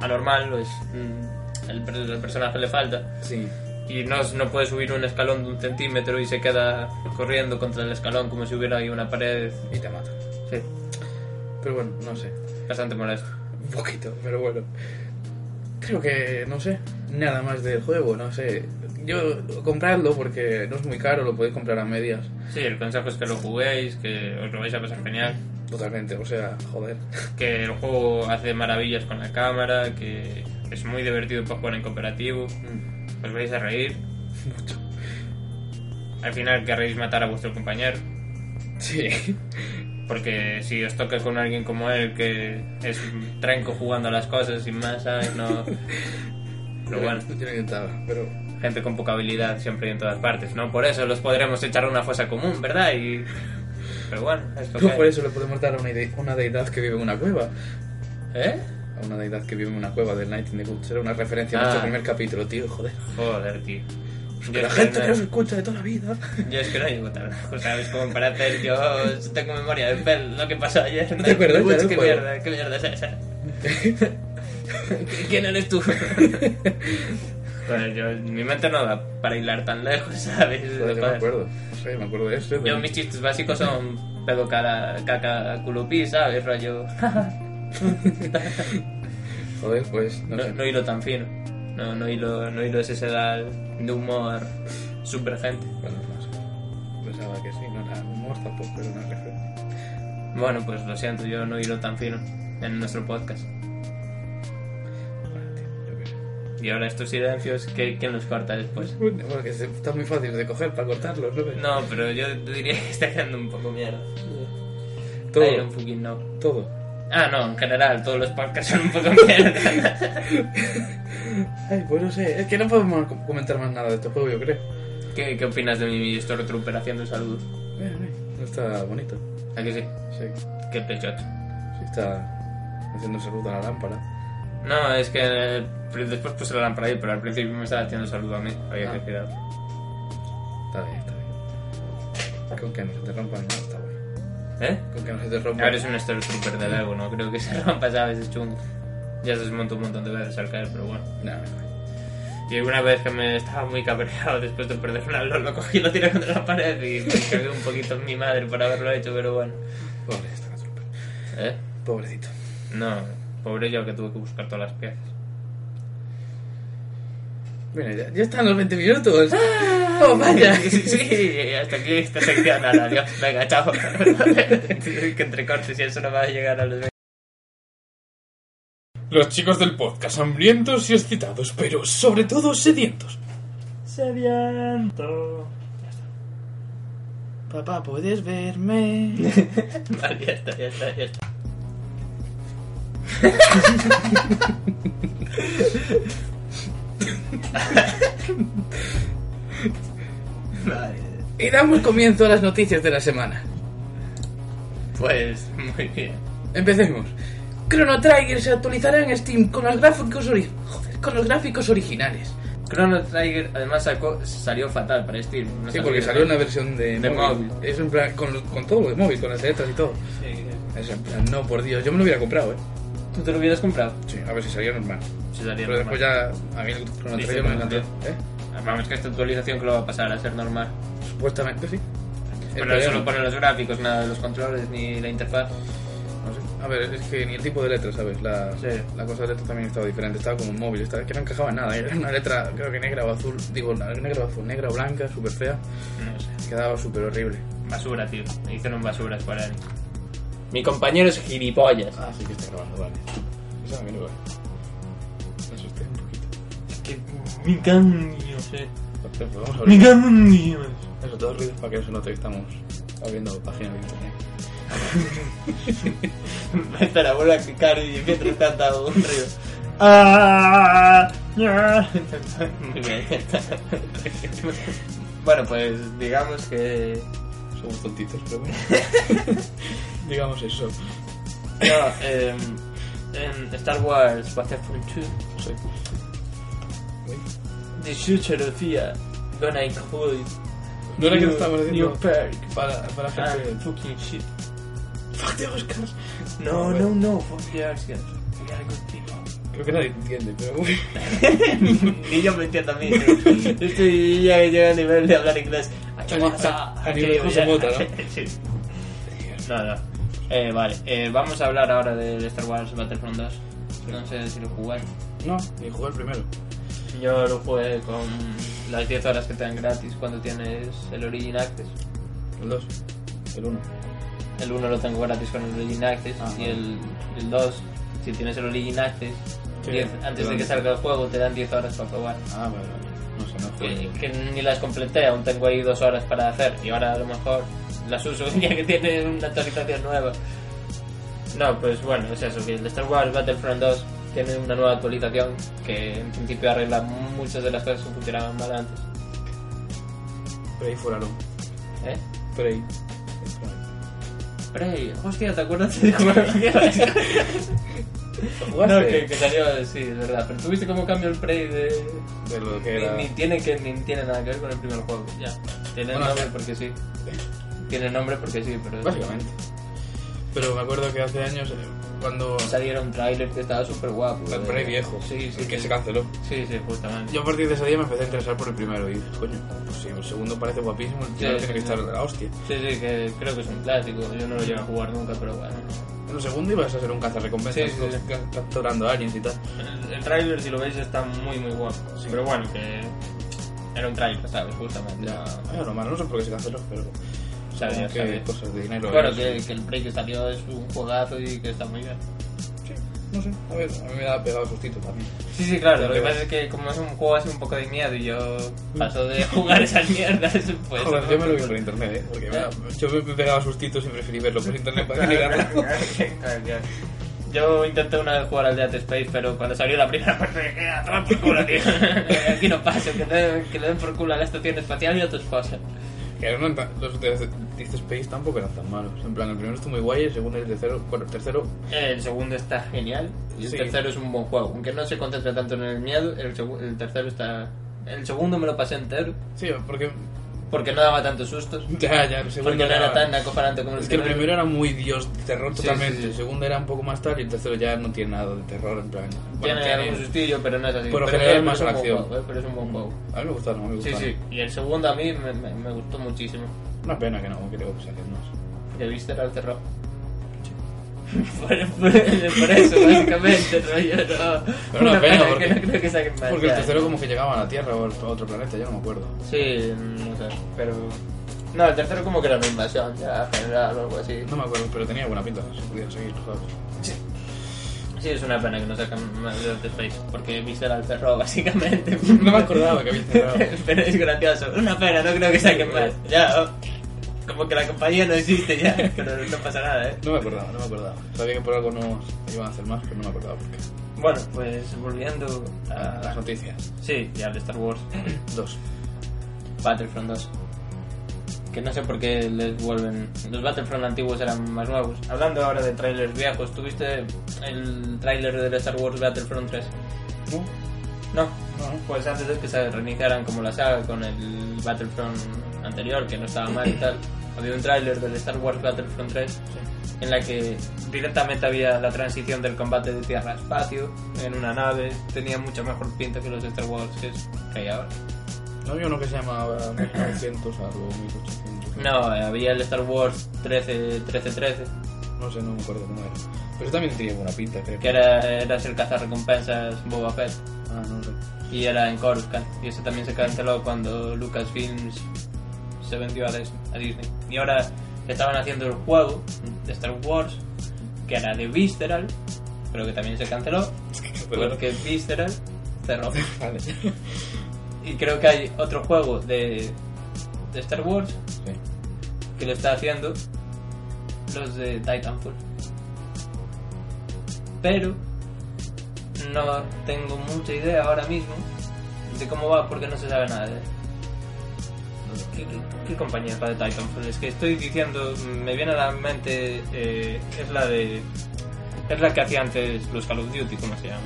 [SPEAKER 1] anormal, es. mm, El, per- el personaje le falta.
[SPEAKER 2] Sí.
[SPEAKER 1] y no, no puede subir un escalón de un centímetro y se queda corriendo contra el escalón como si hubiera ahí una pared.
[SPEAKER 2] Y te matan.
[SPEAKER 1] Sí,
[SPEAKER 2] Pero bueno, no sé.
[SPEAKER 1] bastante molesto.
[SPEAKER 2] Un poquito, pero bueno. Creo que, no sé, nada más del juego, no sé. Yo, compradlo porque no es muy caro, lo podéis comprar a medias.
[SPEAKER 1] Sí, el consejo es que lo juguéis, que os lo vais a pasar genial,
[SPEAKER 2] Totalmente, o sea, joder.
[SPEAKER 1] que el juego hace maravillas con la cámara, que es muy divertido para jugar en cooperativo, os vais a reír.
[SPEAKER 2] Mucho.
[SPEAKER 1] Al final querréis matar a vuestro compañero,
[SPEAKER 2] Sí.
[SPEAKER 1] porque si os toca con alguien como él, que es un tranco jugando a las cosas sin más, ¿sabes? No... Pero bueno.
[SPEAKER 2] Yo lo intentaba, pero...
[SPEAKER 1] gente con poca habilidad siempre y en todas partes, ¿no? Por eso los podremos echar a una fosa común, ¿verdad? Y... Pero bueno, esto
[SPEAKER 2] No
[SPEAKER 1] que-
[SPEAKER 2] por eso le podemos dar a una, ide- una deidad que vive en una cueva.
[SPEAKER 1] ¿Eh?
[SPEAKER 2] A una deidad que vive en una cueva del Night in the Woods. Era una referencia a
[SPEAKER 1] Ah.
[SPEAKER 2] nuestro primer capítulo, tío, joder.
[SPEAKER 1] Joder, tío. Yo
[SPEAKER 2] Pues Que la
[SPEAKER 1] es
[SPEAKER 2] gente
[SPEAKER 1] no-
[SPEAKER 2] que nos escucha de toda la vida.
[SPEAKER 1] Yo es que no llego tan lejos, ¿sabes? Como para hacer yo... Tengo memoria de pel- lo que pasó ayer.
[SPEAKER 2] ¿Te acuerdas?
[SPEAKER 1] Uy,
[SPEAKER 2] Ya del
[SPEAKER 1] ¿Qué
[SPEAKER 2] juego.
[SPEAKER 1] mierda? ¿Qué mierda es esa? ¿Quién eres tú? Joder, yo... Mi mente no da para hilar tan lejos, ¿sabes?
[SPEAKER 2] Joder, yo me
[SPEAKER 1] Joder.
[SPEAKER 2] acuerdo. No sé, me acuerdo de este, esto.
[SPEAKER 1] Yo
[SPEAKER 2] de-
[SPEAKER 1] mis chistes básicos son pedo cara, caca, culupí, ¿sabes? Rollo...
[SPEAKER 2] Joder, pues, no,
[SPEAKER 1] No,
[SPEAKER 2] sé.
[SPEAKER 1] no hilo tan fino. No, no hilo, no hilo ese sedal de humor subvergente.
[SPEAKER 2] Bueno, no sé. Pensaba que sí, no era humor tampoco, pero una referencia.
[SPEAKER 1] Bueno, pues lo siento, yo no hilo tan fino en nuestro podcast.
[SPEAKER 2] Bueno, tío, yo qué sé.
[SPEAKER 1] Y ahora estos silencios, ¿qué- ¿quién los corta después?
[SPEAKER 2] Bueno, que se- está muy fácil de coger para cortarlo, ¿no?
[SPEAKER 1] No, pero yo diría que está quedando un poco mierda.
[SPEAKER 2] Todo.
[SPEAKER 1] I don't fucking know.
[SPEAKER 2] Todo.
[SPEAKER 1] Ah, no, en general, todos los podcasts son un poco mierda.
[SPEAKER 2] Ay, pues no sé, es que no podemos com- comentar más nada de este juego, yo creo.
[SPEAKER 1] ¿Qué, ¿Qué opinas de mi Stormtrooper haciendo salud?
[SPEAKER 2] Eh, eh, No está bonito.
[SPEAKER 1] ¿A que sí?
[SPEAKER 2] Sí,
[SPEAKER 1] Qué pechote.
[SPEAKER 2] sí está. haciendo saludo a la lámpara.
[SPEAKER 1] No, es que eh, después puse la lámpara ahí, pero al principio me estaba haciendo saludo a mí. Había que
[SPEAKER 2] Ah.
[SPEAKER 1] girar.
[SPEAKER 2] Está bien, está bien. Con que no se te rompan, no, está bueno.
[SPEAKER 1] ¿Eh?
[SPEAKER 2] Con que no se te
[SPEAKER 1] A ver,
[SPEAKER 2] rompan.
[SPEAKER 1] es un Stormtrooper de Lego, ¿no? Creo que se rompa, ¿sabes? Es chungo. Ya se desmontó un montón de veces al caer, pero bueno.
[SPEAKER 2] No, no.
[SPEAKER 1] Y una vez que me estaba muy cabreado después de perder una LOL, lo cogí y lo tiré contra la pared y me cagué un poquito en mi madre por haberlo hecho, pero bueno.
[SPEAKER 2] Pobre, está la tropa.
[SPEAKER 1] ¿Eh?
[SPEAKER 2] Pobrecito.
[SPEAKER 1] No, pobre yo que tuve que buscar todas las piezas.
[SPEAKER 2] Bueno, ya, ya están los 20 minutos.
[SPEAKER 3] Ah.
[SPEAKER 2] ¡Oh, vaya!
[SPEAKER 1] Sí, sí, hasta aquí esta sección. Nada, adiós. Venga, chao. que entre cortes y eso no va a llegar a los 20.
[SPEAKER 3] Los chicos del podcast, hambrientos y excitados, pero sobre todo sedientos.
[SPEAKER 1] Sediento.
[SPEAKER 3] Papá, ¿puedes verme?
[SPEAKER 1] Vale, ya está, ya está, ya está.
[SPEAKER 2] Y damos comienzo a las noticias de la semana.
[SPEAKER 1] Pues, muy bien.
[SPEAKER 2] Empecemos. Chrono Trigger se actualizará en Steam con los gráficos ori- joder, con los gráficos originales.
[SPEAKER 1] Chrono Trigger además sacó, salió fatal para Steam. No
[SPEAKER 2] Sí,
[SPEAKER 1] salió
[SPEAKER 2] porque
[SPEAKER 1] bien.
[SPEAKER 2] salió una versión de,
[SPEAKER 1] De
[SPEAKER 2] móvil.
[SPEAKER 1] móvil.
[SPEAKER 2] Es en plan con, con todo, de móvil, con las letras y todo.
[SPEAKER 1] Sí,
[SPEAKER 2] Es en plan, no, por Dios, yo me lo hubiera comprado, eh.
[SPEAKER 1] ¿Tú te lo hubieras comprado?
[SPEAKER 2] Sí, a ver si salía normal.
[SPEAKER 1] Sí, salía
[SPEAKER 2] Pero después
[SPEAKER 1] normal.
[SPEAKER 2] ya, a mí el Chrono
[SPEAKER 1] Dice
[SPEAKER 2] Trigger me
[SPEAKER 1] Chrono
[SPEAKER 2] encantó. ¿Eh?
[SPEAKER 1] Vamos, que esta actualización que lo va a pasar a ser normal.
[SPEAKER 2] Supuestamente sí.
[SPEAKER 1] Pero
[SPEAKER 2] Esperemos.
[SPEAKER 1] solo pone los gráficos, nada de los controles ni la interfaz.
[SPEAKER 2] No sé. A ver, es que ni el tipo de letras, ¿sabes? La,
[SPEAKER 1] Sí.
[SPEAKER 2] la cosa de letras también estaba diferente. Estaba como un móvil, estaba, que no encajaba en nada. Era una letra, creo que negra o azul. Digo, la- negra o azul, negra o blanca, súper fea.
[SPEAKER 1] No sé.
[SPEAKER 2] Quedaba súper horrible.
[SPEAKER 1] Basura, tío. Hicieron basuras para él. Mi compañero es gilipollas.
[SPEAKER 2] Ah, sí que está grabando, vale. Eso a mí no vale. Me asusté un poquito.
[SPEAKER 1] Que me engaño, sí.
[SPEAKER 2] Entonces, pues vamos a
[SPEAKER 1] Me
[SPEAKER 2] abrir.
[SPEAKER 1] engaño.
[SPEAKER 2] Eso, todos ruidos para que se note que estamos abriendo páginas de internet.
[SPEAKER 1] Va a estar abuela a picar y mientras tanto un río. Muy bien. Bueno, pues digamos que.
[SPEAKER 2] Somos tontitos, pero bueno. Digamos eso.
[SPEAKER 1] No, eh, en Star Wars Battlefront 2,
[SPEAKER 2] Sí. Uy.
[SPEAKER 1] The Future of IA, Gonna Include.
[SPEAKER 2] No era que
[SPEAKER 1] new-
[SPEAKER 2] estábamos
[SPEAKER 1] New
[SPEAKER 2] haciendo
[SPEAKER 1] Perk.
[SPEAKER 2] para, para
[SPEAKER 1] Ah,
[SPEAKER 2] gente.
[SPEAKER 1] And fucking shit.
[SPEAKER 2] Ah, Fuck the Oscars.
[SPEAKER 1] No,
[SPEAKER 2] Bueno.
[SPEAKER 1] no, no, fuck the arts, guys. We are good people.
[SPEAKER 2] Creo que nadie entiende, pero bueno.
[SPEAKER 1] Ni yo me entiendo a mí. Estoy ya llega al nivel de hablar inglés.
[SPEAKER 2] A nivel de José Mota, ¿no?
[SPEAKER 1] Sí. No, no. Eh, vale, eh, vamos a hablar ahora del Star Wars Battlefront 2. No sé si lo jugué.
[SPEAKER 2] No, ni jugar primero.
[SPEAKER 1] Yo lo jugué con las 10 horas que te dan gratis cuando tienes el Origin Access.
[SPEAKER 2] El 2. El 1.
[SPEAKER 1] El 1 lo tengo gratis con el Origin Access
[SPEAKER 2] Ajá.
[SPEAKER 1] y el, el 2, si tienes el Origin Access,
[SPEAKER 2] Sí,
[SPEAKER 1] 10
[SPEAKER 2] te
[SPEAKER 1] antes de
[SPEAKER 2] dan-
[SPEAKER 1] que salga el juego te dan 10 horas para probar.
[SPEAKER 2] Ah, vale, vale. No sé, no
[SPEAKER 1] que,
[SPEAKER 2] juego.
[SPEAKER 1] que ni las completé, aún tengo ahí dos horas para hacer y ahora a lo mejor las uso ya que tiene una actualización nueva. No, pues bueno, es eso, que el Star Wars Battlefront 2 tiene una nueva actualización que en principio arregla muchas de las cosas que funcionaban mal antes.
[SPEAKER 2] Prey for Alone.
[SPEAKER 1] ¿Eh?
[SPEAKER 2] Prey.
[SPEAKER 1] Prey, eh, hostia, ¿te acuerdas de cómo lo No, que, que salió, sí, es verdad, pero tuviste cómo cambió el Prey de...
[SPEAKER 2] De lo que
[SPEAKER 1] Ni,
[SPEAKER 2] era.
[SPEAKER 1] ni tiene que, ni tiene nada que ver con el primer juego, ya. Tiene
[SPEAKER 2] Bueno,
[SPEAKER 1] nombre
[SPEAKER 2] sí.
[SPEAKER 1] porque sí. Tiene nombre porque sí, pero...
[SPEAKER 2] Básicamente. Pero me acuerdo que hace años, eh, cuando.
[SPEAKER 1] Salieron un tráiler que estaba súper guapo. eh.
[SPEAKER 2] El Prey viejo.
[SPEAKER 1] Sí, sí.
[SPEAKER 2] el que
[SPEAKER 1] sí.
[SPEAKER 2] se canceló.
[SPEAKER 1] Sí, sí, justamente.
[SPEAKER 2] Yo a partir de ese día me empecé a interesar por el primero y dije, coño, pues si el segundo parece guapísimo, el primero
[SPEAKER 1] Sí,
[SPEAKER 2] tiene que
[SPEAKER 1] sí.
[SPEAKER 2] estar de la hostia.
[SPEAKER 1] Sí, sí, que creo que es un clásico. Yo no lo llevo a jugar nunca, pero bueno.
[SPEAKER 2] En el segundo ibas a ser un cazarrecompensas,
[SPEAKER 1] Sí, sí, sí.
[SPEAKER 2] ca- capturando aliens y tal.
[SPEAKER 1] El, el tráiler, si lo veis, está muy, muy guapo. Pero bueno, que... Era un tráiler, ¿sabes? Justamente.
[SPEAKER 2] Ya,
[SPEAKER 1] no-
[SPEAKER 2] lo malo, no sé por qué se canceló, pero.
[SPEAKER 1] Sabía,
[SPEAKER 2] que
[SPEAKER 1] sabía.
[SPEAKER 2] cosas de dinero.
[SPEAKER 1] Bueno,
[SPEAKER 2] eh,
[SPEAKER 1] que, que el Prey que salió es un juegazo y que está muy bien.
[SPEAKER 2] Sí, no sé, a ver, a mí me da pegado sustito también.
[SPEAKER 1] Sí, sí, claro. Lo
[SPEAKER 2] Pero-
[SPEAKER 1] que pasa es que como es un juego así un poco de miedo y yo paso de jugar esas mierdas, pues...
[SPEAKER 2] Joder,
[SPEAKER 1] no
[SPEAKER 2] yo me lo vi por internet, ¿eh? Porque
[SPEAKER 1] Ya.
[SPEAKER 2] me- yo me pegaba sustitos y preferí verlo por internet para que ligarlo.
[SPEAKER 1] Yo intenté una vez jugar al Dead Space, pero cuando salió la primera parte dije, "Ah, toma Eh, por culo, tío. Aquí no pasa, que, te- que le den por culo a la estación espacial y otras cosas.
[SPEAKER 2] Que eran tan- los de Death Space tampoco eran tan malos. En plan, el primero estuvo muy guay, el segundo y el tercero. Bueno, el tercero.
[SPEAKER 1] El segundo está genial. Y el
[SPEAKER 2] Sí.
[SPEAKER 1] tercero es un buen juego. Aunque no se concentra tanto en el miedo, el, segu- el tercero está. El segundo me lo pasé entero.
[SPEAKER 2] Sí, porque.
[SPEAKER 1] Porque no daba tantos sustos.
[SPEAKER 2] Ya, ya, el segundo.
[SPEAKER 1] Porque no era tan acojonante como
[SPEAKER 2] Es que el primero era muy dios de terror
[SPEAKER 1] Sí,
[SPEAKER 2] totalmente.
[SPEAKER 1] sí, sí.
[SPEAKER 2] El segundo era un poco más tal y el tercero ya no tiene nada de terror. En plan. bueno,
[SPEAKER 1] Tiene
[SPEAKER 2] tiene-
[SPEAKER 1] algún sustillo, pero no es así.
[SPEAKER 2] Por lo
[SPEAKER 1] Pero-
[SPEAKER 2] general
[SPEAKER 1] pero
[SPEAKER 2] más
[SPEAKER 1] es un
[SPEAKER 2] a la
[SPEAKER 1] buen
[SPEAKER 2] acción.
[SPEAKER 1] juego, eh, pero es un buen juego.
[SPEAKER 2] A mí me gustaron, me
[SPEAKER 1] Sí,
[SPEAKER 2] gustaron.
[SPEAKER 1] sí. Y el segundo a mí me, me- me gustó muchísimo.
[SPEAKER 2] Una pena que no, que tengo que salir más.
[SPEAKER 1] Debiste al cerrado. por, por- por eso, básicamente, rollo, no.
[SPEAKER 2] Pero una pena, porque-
[SPEAKER 1] que no creo que saquen más.
[SPEAKER 2] Porque el
[SPEAKER 1] ya.
[SPEAKER 2] tercero como que llegaba a la Tierra o a otro planeta, ya no me acuerdo.
[SPEAKER 1] Sí, no sé, pero... No, el tercero como que era una invasión ya general o algo así.
[SPEAKER 2] No me acuerdo, pero tenía buena pinta, se podían seguir, ¿sabes?
[SPEAKER 1] Sí, es una pena que no sacan más de Dead Space, porque Visceral al cerrado básicamente.
[SPEAKER 2] No me acordaba que había cerrado.
[SPEAKER 1] pero es gracioso. Una pena, no creo que saquen más. Ya, oh, como que la compañía no existe ya, pero no pasa nada, ¿eh?
[SPEAKER 2] No me acordaba, no me acordaba. Sabía que por algo no iban a hacer más, pero no me acordaba por qué.
[SPEAKER 1] Bueno, pues volviendo
[SPEAKER 2] Ah, Las
[SPEAKER 1] a...
[SPEAKER 2] noticias.
[SPEAKER 1] Sí, ya de Star Wars.
[SPEAKER 2] Dos.
[SPEAKER 1] Battlefront 2. Que no sé por qué les vuelven. Los Battlefront antiguos eran más nuevos. Hablando ahora de trailers viejos, ¿tuviste el trailer del Star Wars Battlefront 3?
[SPEAKER 2] ¿No?
[SPEAKER 1] No.
[SPEAKER 2] No, no.
[SPEAKER 1] Pues antes de que se reiniciaran como la saga con el Battlefront anterior, que no estaba mal y tal, había un trailer del Star Wars Battlefront 3 en la que directamente había la transición del combate de tierra a espacio en una nave. Tenía mucha mejor pinta que los Star Wars que es- que hay ahora.
[SPEAKER 2] No había uno que se llamaba 1900 algo, 1800.
[SPEAKER 1] No, eh, había el Star Wars 13 13, 13
[SPEAKER 2] No sé, no me acuerdo cómo era. Pero también tenía buena pinta, creo.
[SPEAKER 1] que era, era el cazarrecompensas Boba Fett,
[SPEAKER 2] Ah, no sé.
[SPEAKER 1] y era en Coruscant, y eso también se canceló cuando Lucasfilms se vendió a, Dis- a Disney. Y ahora estaban haciendo el juego de Star Wars, que era de Visceral, pero que también se canceló, porque Visceral cerró.
[SPEAKER 2] Vale. Sí.
[SPEAKER 1] Y creo que hay otro juego de, de Star Wars que lo está haciendo los de Titanfall. Pero no tengo mucha idea ahora mismo de cómo va porque no se sabe nada de él. ¿Qué, qué, qué compañía es la de Titanfall? Es que estoy diciendo, me viene a la mente, eh, es la de... Es la que hacía antes los Call of Duty, ¿cómo se llama?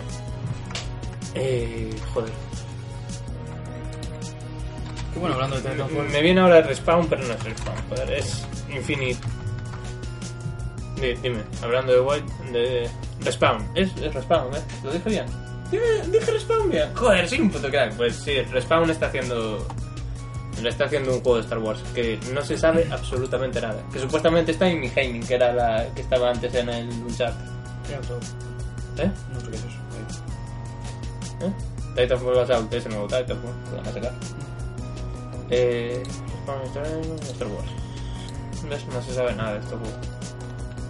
[SPEAKER 1] Eh, joder.
[SPEAKER 2] Qué bueno, hablando de Titanfall.
[SPEAKER 1] Me viene ahora Respawn, pero no es Respawn, joder, es Infinite. Di- Dime, hablando de White, de Respawn, es, es Respawn, ¿eh? ¿Lo dije bien? Dime, Dije Respawn bien. Joder, soy un puto crack. Pues sí, Respawn está haciendo. Le está haciendo un juego de Star Wars que no se sabe absolutamente nada. Que supuestamente está Amy Heining, que era la que estaba antes en el Uncharted.
[SPEAKER 2] Era todo.
[SPEAKER 1] ¿Eh?
[SPEAKER 2] No sé qué es eso.
[SPEAKER 1] ¿Eh? Titanfall Assault, ese nuevo Titanfall, que van a sacar. Eh, Spawn Storm, Star Wars. ¿Ves? No se sabe nada de este esto.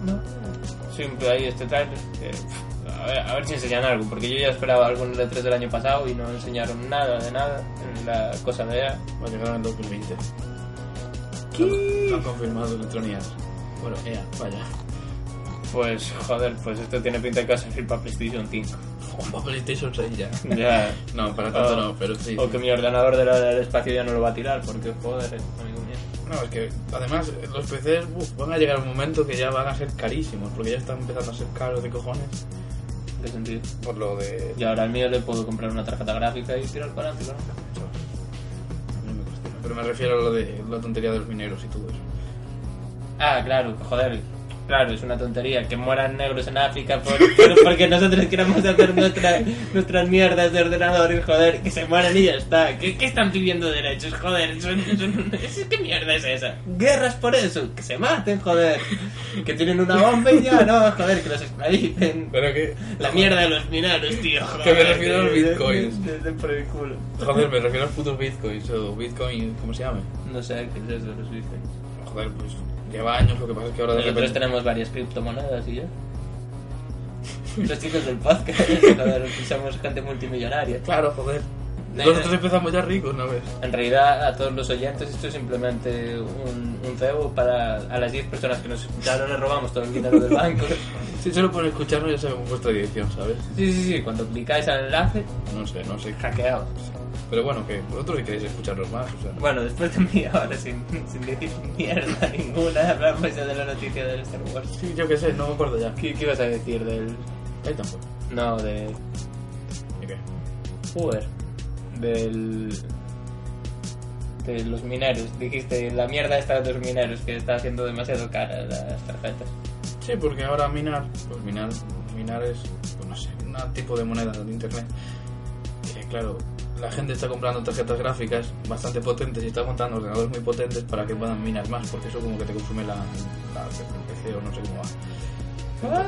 [SPEAKER 1] No. Siempre hay este trailer. Que, pff, a, ver, a ver si enseñan algo, porque yo ya esperaba algo en el E3 del año pasado y no enseñaron nada de nada en la cosa de E EA.
[SPEAKER 2] Va a llegar en el 2020.
[SPEAKER 1] ¿Qué?
[SPEAKER 2] Lo han confirmado electronías. Bueno, ea, vaya.
[SPEAKER 1] Pues joder, pues esto tiene pinta de que va a salir para PlayStation 5.
[SPEAKER 2] Ojo, PlayStation 6 ya.
[SPEAKER 1] Ya.
[SPEAKER 2] No, para tanto
[SPEAKER 1] Oh.
[SPEAKER 2] no, pero sí.
[SPEAKER 1] O que mi ordenador de la- del espacio ya no lo va a tirar, porque joder, eh, amigo mío.
[SPEAKER 2] No, es que además los PCs uf, van a llegar un momento que ya van a ser carísimos, porque ya están empezando a ser caros de cojones
[SPEAKER 1] ¿En qué sentido?
[SPEAKER 2] por lo de...
[SPEAKER 1] Y ahora al mío le puedo comprar una tarjeta gráfica y tirar para adelante, ¿no?
[SPEAKER 2] A mí me cuesta. Pero me refiero a lo de la tontería de los mineros y todo eso.
[SPEAKER 1] Ah, claro, joder. Claro, es una tontería que mueran negros en África por, por- porque nosotros queramos hacer nuestra- nuestras mierdas de ordenador y joder, que se mueran y ya está. ¿Qué, qué están pidiendo derechos? Joder, son- son- es- ¿qué mierda es esa? Guerras por eso, que se maten, joder. Que tienen una bomba y ya, no, joder, que los esclavicen.
[SPEAKER 2] Pero que...
[SPEAKER 1] La mierda de los mineros, tío. Joder,
[SPEAKER 2] Que me refiero a los bitcoins.
[SPEAKER 1] Desde por el culo.
[SPEAKER 2] Joder, me refiero a los putos bitcoins o bitcoin, ¿cómo se llama?
[SPEAKER 1] No sé qué es eso de los bitcoins.
[SPEAKER 2] Joder, pues lleva años, lo que pasa es que ahora de
[SPEAKER 1] Nosotros
[SPEAKER 2] repente...
[SPEAKER 1] tenemos varias criptomonedas y ya. Los chicos del podcast, joder, somos gente multimillonaria.
[SPEAKER 2] Claro, joder.
[SPEAKER 1] No,
[SPEAKER 2] Nosotros
[SPEAKER 1] no.
[SPEAKER 2] empezamos ya ricos, ¿no ves?
[SPEAKER 1] En realidad, a todos los oyentes, esto es simplemente un, un cebo para a las 10 personas que nos escucharon, les robamos todo el dinero del banco.
[SPEAKER 2] Si solo por escucharnos ya sabemos vuestra dirección, ¿sabes?
[SPEAKER 1] Sí, sí, sí, cuando clicáis al enlace,
[SPEAKER 2] No sé, no sé.
[SPEAKER 1] hackeados.
[SPEAKER 2] Pero bueno, que vosotros si queréis escucharlos más, o sea.
[SPEAKER 1] Bueno, después de mí, ahora sin, sin decir mierda ninguna, hablamos ya de la noticia del Star Wars.
[SPEAKER 2] Sí, yo qué sé, no me acuerdo ya.
[SPEAKER 1] ¿Qué, qué ibas a decir del.
[SPEAKER 2] Ahí tampoco.
[SPEAKER 1] No, de.
[SPEAKER 2] ¿Y qué?
[SPEAKER 1] Joder. Del. De los mineros. Dijiste la mierda esta de los mineros, que está haciendo demasiado cara las tarjetas.
[SPEAKER 2] Sí, porque ahora minar, pues minar, minar es, pues no sé, un tipo de moneda de internet. Que claro, la gente está comprando tarjetas gráficas bastante potentes y está montando ordenadores muy potentes para que puedan minar más, porque eso como que te consume la, la el PC o no sé cómo va.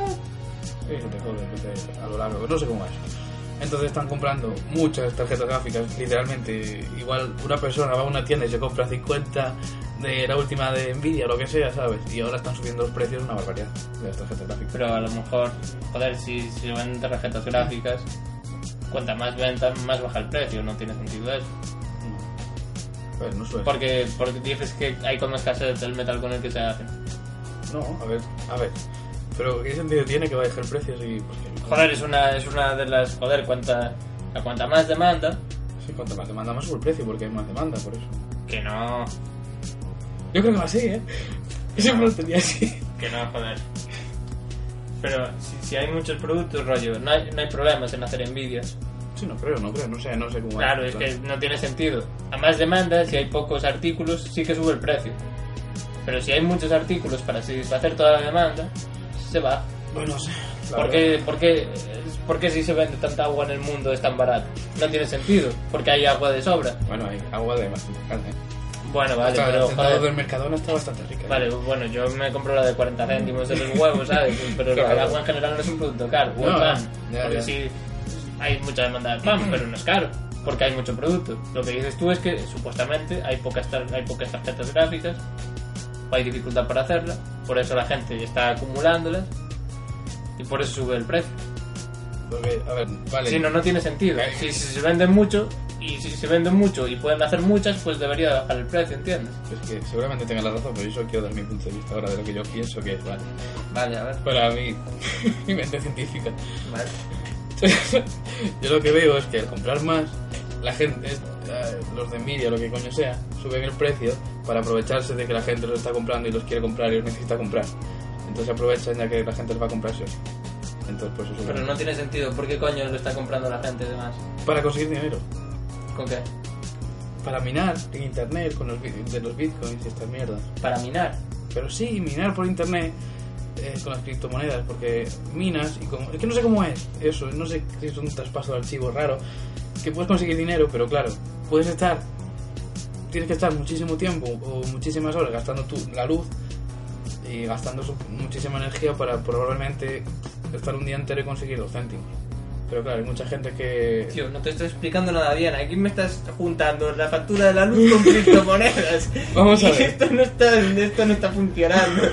[SPEAKER 2] Sí, se te jode el PC a lo largo, no sé cómo va eso. Entonces están comprando muchas tarjetas gráficas, literalmente. Igual una persona va a una tienda y se compra 50 de la última de Nvidia o lo que sea, ¿sabes? Y ahora están subiendo los precios una barbaridad de las tarjetas gráficas.
[SPEAKER 1] Pero a lo mejor, joder, si, si venden tarjetas gráficas, cuanta más ventas, más baja el precio, no tiene sentido eso.
[SPEAKER 2] Pues no suele.
[SPEAKER 1] Porque, porque dices que hay como escasez del metal con el que se hacen.
[SPEAKER 2] No, a ver, a ver. Pero ¿qué sentido tiene que baje el precio si... Porque,
[SPEAKER 1] Joder, es una, es una de las. Joder, cuanta, o sea, cuanta más demanda,
[SPEAKER 2] Sí, cuanto más demanda, más sube el precio, porque hay más demanda, por eso.
[SPEAKER 1] que no.
[SPEAKER 2] Yo creo que va así, ¿eh? Yo siempre lo tenía así.
[SPEAKER 1] Que no, joder. Pero si, si hay muchos productos, rollo, no hay, no hay problemas en hacer envidias.
[SPEAKER 2] Sí, no creo, no creo, no sé, no sé cómo... va.
[SPEAKER 1] Claro, es que no tiene sentido. A más demanda, si hay pocos artículos, sí que sube el precio. Pero si hay muchos artículos para satisfacer toda la demanda, se va.
[SPEAKER 2] Bueno, sí. la
[SPEAKER 1] ¿Por
[SPEAKER 2] verdad.
[SPEAKER 1] qué, por qué- por qué si se vende tanta agua en el mundo es tan barato? No tiene sentido, porque hay agua de sobra.
[SPEAKER 2] Bueno, hay agua de bastante calde.
[SPEAKER 1] Bueno, vale,
[SPEAKER 2] Hasta
[SPEAKER 1] pero
[SPEAKER 2] el tentador
[SPEAKER 1] joder.
[SPEAKER 2] del Mercadona está bastante rica. ¿eh?
[SPEAKER 1] Vale, pues bueno, yo me compro la de 40 céntimos de los huevos, ¿sabes? Pero
[SPEAKER 2] Claro.
[SPEAKER 1] el agua en general no es un producto caro, o el
[SPEAKER 2] No,
[SPEAKER 1] pan.
[SPEAKER 2] ya,
[SPEAKER 1] porque
[SPEAKER 2] ya.
[SPEAKER 1] sí, hay mucha demanda de pan, pero no es caro, porque hay mucho producto. Lo que dices tú es que supuestamente hay pocas, tar- hay pocas tarjetas gráficas, o hay dificultad para hacerlas, por eso la gente está acumulándolas y por eso sube el precio.
[SPEAKER 2] Porque, a ver, vale.
[SPEAKER 1] Si no, no tiene sentido.
[SPEAKER 2] Eh.
[SPEAKER 1] Si, si se venden mucho y si se venden mucho y pueden hacer muchas, pues debería bajar el precio, ¿entiendes?
[SPEAKER 2] Es que seguramente tenga la razón, pero yo solo quiero dar mi punto de vista ahora de lo que yo pienso que es, vale.
[SPEAKER 1] Vale, a ver,
[SPEAKER 2] Para mí, mi mente científica.
[SPEAKER 1] vale.
[SPEAKER 2] yo lo que veo es que al comprar más, la gente, es- eh, los de Nvidia, lo que coño sea, suben el precio para aprovecharse de que la gente los está comprando y los quiere comprar y los necesita comprar. Entonces aprovechan ya que la gente los va a comprar sí o sí. Entonces, pues eso
[SPEAKER 1] Pero no tiene sentido, ¿por qué coño lo está comprando la gente además?
[SPEAKER 2] Para conseguir dinero.
[SPEAKER 1] ¿Con qué?
[SPEAKER 2] Para minar en internet con los, bit- de los bitcoins y estas mierdas.
[SPEAKER 1] Para minar.
[SPEAKER 2] Pero sí, minar por internet eh, con las criptomonedas, porque minas y como... Es que no sé cómo es eso, no sé si es un traspaso de archivo raro, que puedes conseguir dinero, pero claro, puedes estar... Tienes que estar muchísimo tiempo o muchísimas horas gastando tú la luz y gastando su- muchísima energía para probablemente estar un día entero y conseguir los céntimos. Pero claro, hay mucha gente que...
[SPEAKER 1] Tío, no te estoy explicando nada bien. Aquí me estás juntando la factura de la luz con criptomonedas.
[SPEAKER 2] Vamos a
[SPEAKER 1] Y
[SPEAKER 2] ver.
[SPEAKER 1] Esto no está, esto no está funcionando.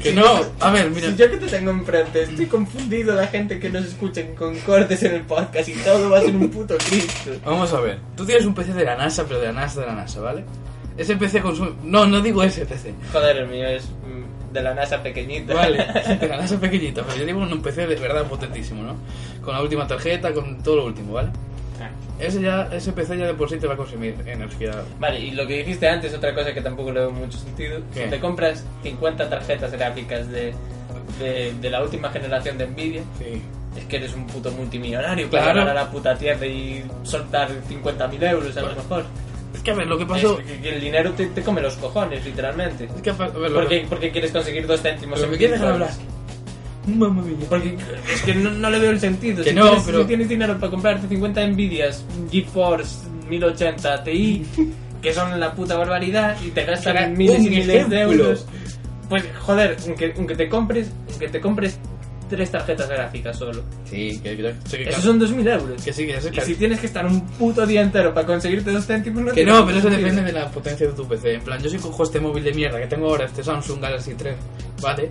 [SPEAKER 2] Que no, a ver, mira...
[SPEAKER 1] Si yo que te tengo enfrente, estoy confundido la gente que nos escucha con cortes en el podcast y todo va a ser un puto Cristo.
[SPEAKER 2] Vamos a ver. Tú tienes un PC de la NASA, pero de la NASA, de la NASA, ¿vale? Ese PC consume... No, no digo ese PC.
[SPEAKER 1] Joder, el mío es mm, de la NASA pequeñita.
[SPEAKER 2] Vale, de la NASA pequeñita, pero yo digo un PC de verdad potentísimo, ¿no? Con la última tarjeta, con todo lo último, ¿vale? Ese, ya, ese PC ya de por sí te va a consumir energía.
[SPEAKER 1] Vale, y lo que dijiste antes, otra cosa que tampoco le veo mucho sentido.
[SPEAKER 2] ¿Qué?
[SPEAKER 1] Si te compras 50 tarjetas gráficas de, de, de la última generación de Nvidia,
[SPEAKER 2] Sí.
[SPEAKER 1] es que eres un puto multimillonario
[SPEAKER 2] Claro.
[SPEAKER 1] para ganar a la puta tierra y soltar 50.000 euros a lo mejor.
[SPEAKER 2] Es que a ver, Pues, lo que pasó...
[SPEAKER 1] Es que- que el dinero te, te come los cojones, literalmente.
[SPEAKER 2] Es que a ver, lo
[SPEAKER 1] Porque,
[SPEAKER 2] que...
[SPEAKER 1] porque quieres conseguir dos céntimos
[SPEAKER 2] Pero
[SPEAKER 1] en
[SPEAKER 2] me quieres dejar hablar.
[SPEAKER 1] bitcoins.
[SPEAKER 2] Mamma mía.
[SPEAKER 1] Porque es que no, no le veo el sentido.
[SPEAKER 2] Que
[SPEAKER 1] si,
[SPEAKER 2] no,
[SPEAKER 1] tienes,
[SPEAKER 2] pero-
[SPEAKER 1] si tienes dinero para comprarte 50 Nvidias, GeForce 1080 Ti, que son la puta barbaridad, y te gastan
[SPEAKER 2] Era
[SPEAKER 1] miles y
[SPEAKER 2] un
[SPEAKER 1] miles de
[SPEAKER 2] ejemplo.
[SPEAKER 1] euros. Pues joder, aunque, aunque te compres, aunque te compres tres tarjetas gráficas solo.
[SPEAKER 2] Sí, que, que, que, que,
[SPEAKER 1] Esos son 2.000 euros.
[SPEAKER 2] que sí, que ya sé
[SPEAKER 1] Y
[SPEAKER 2] que-
[SPEAKER 1] si tienes que estar un puto día entero para conseguirte dos céntimos, no
[SPEAKER 2] Que
[SPEAKER 1] tiene
[SPEAKER 2] no,
[SPEAKER 1] mucho
[SPEAKER 2] pero eso
[SPEAKER 1] sentido.
[SPEAKER 2] depende de la potencia de tu PC. En plan, yo si cojo este móvil de mierda que tengo ahora, este Samsung Galaxy 3, ¿vale?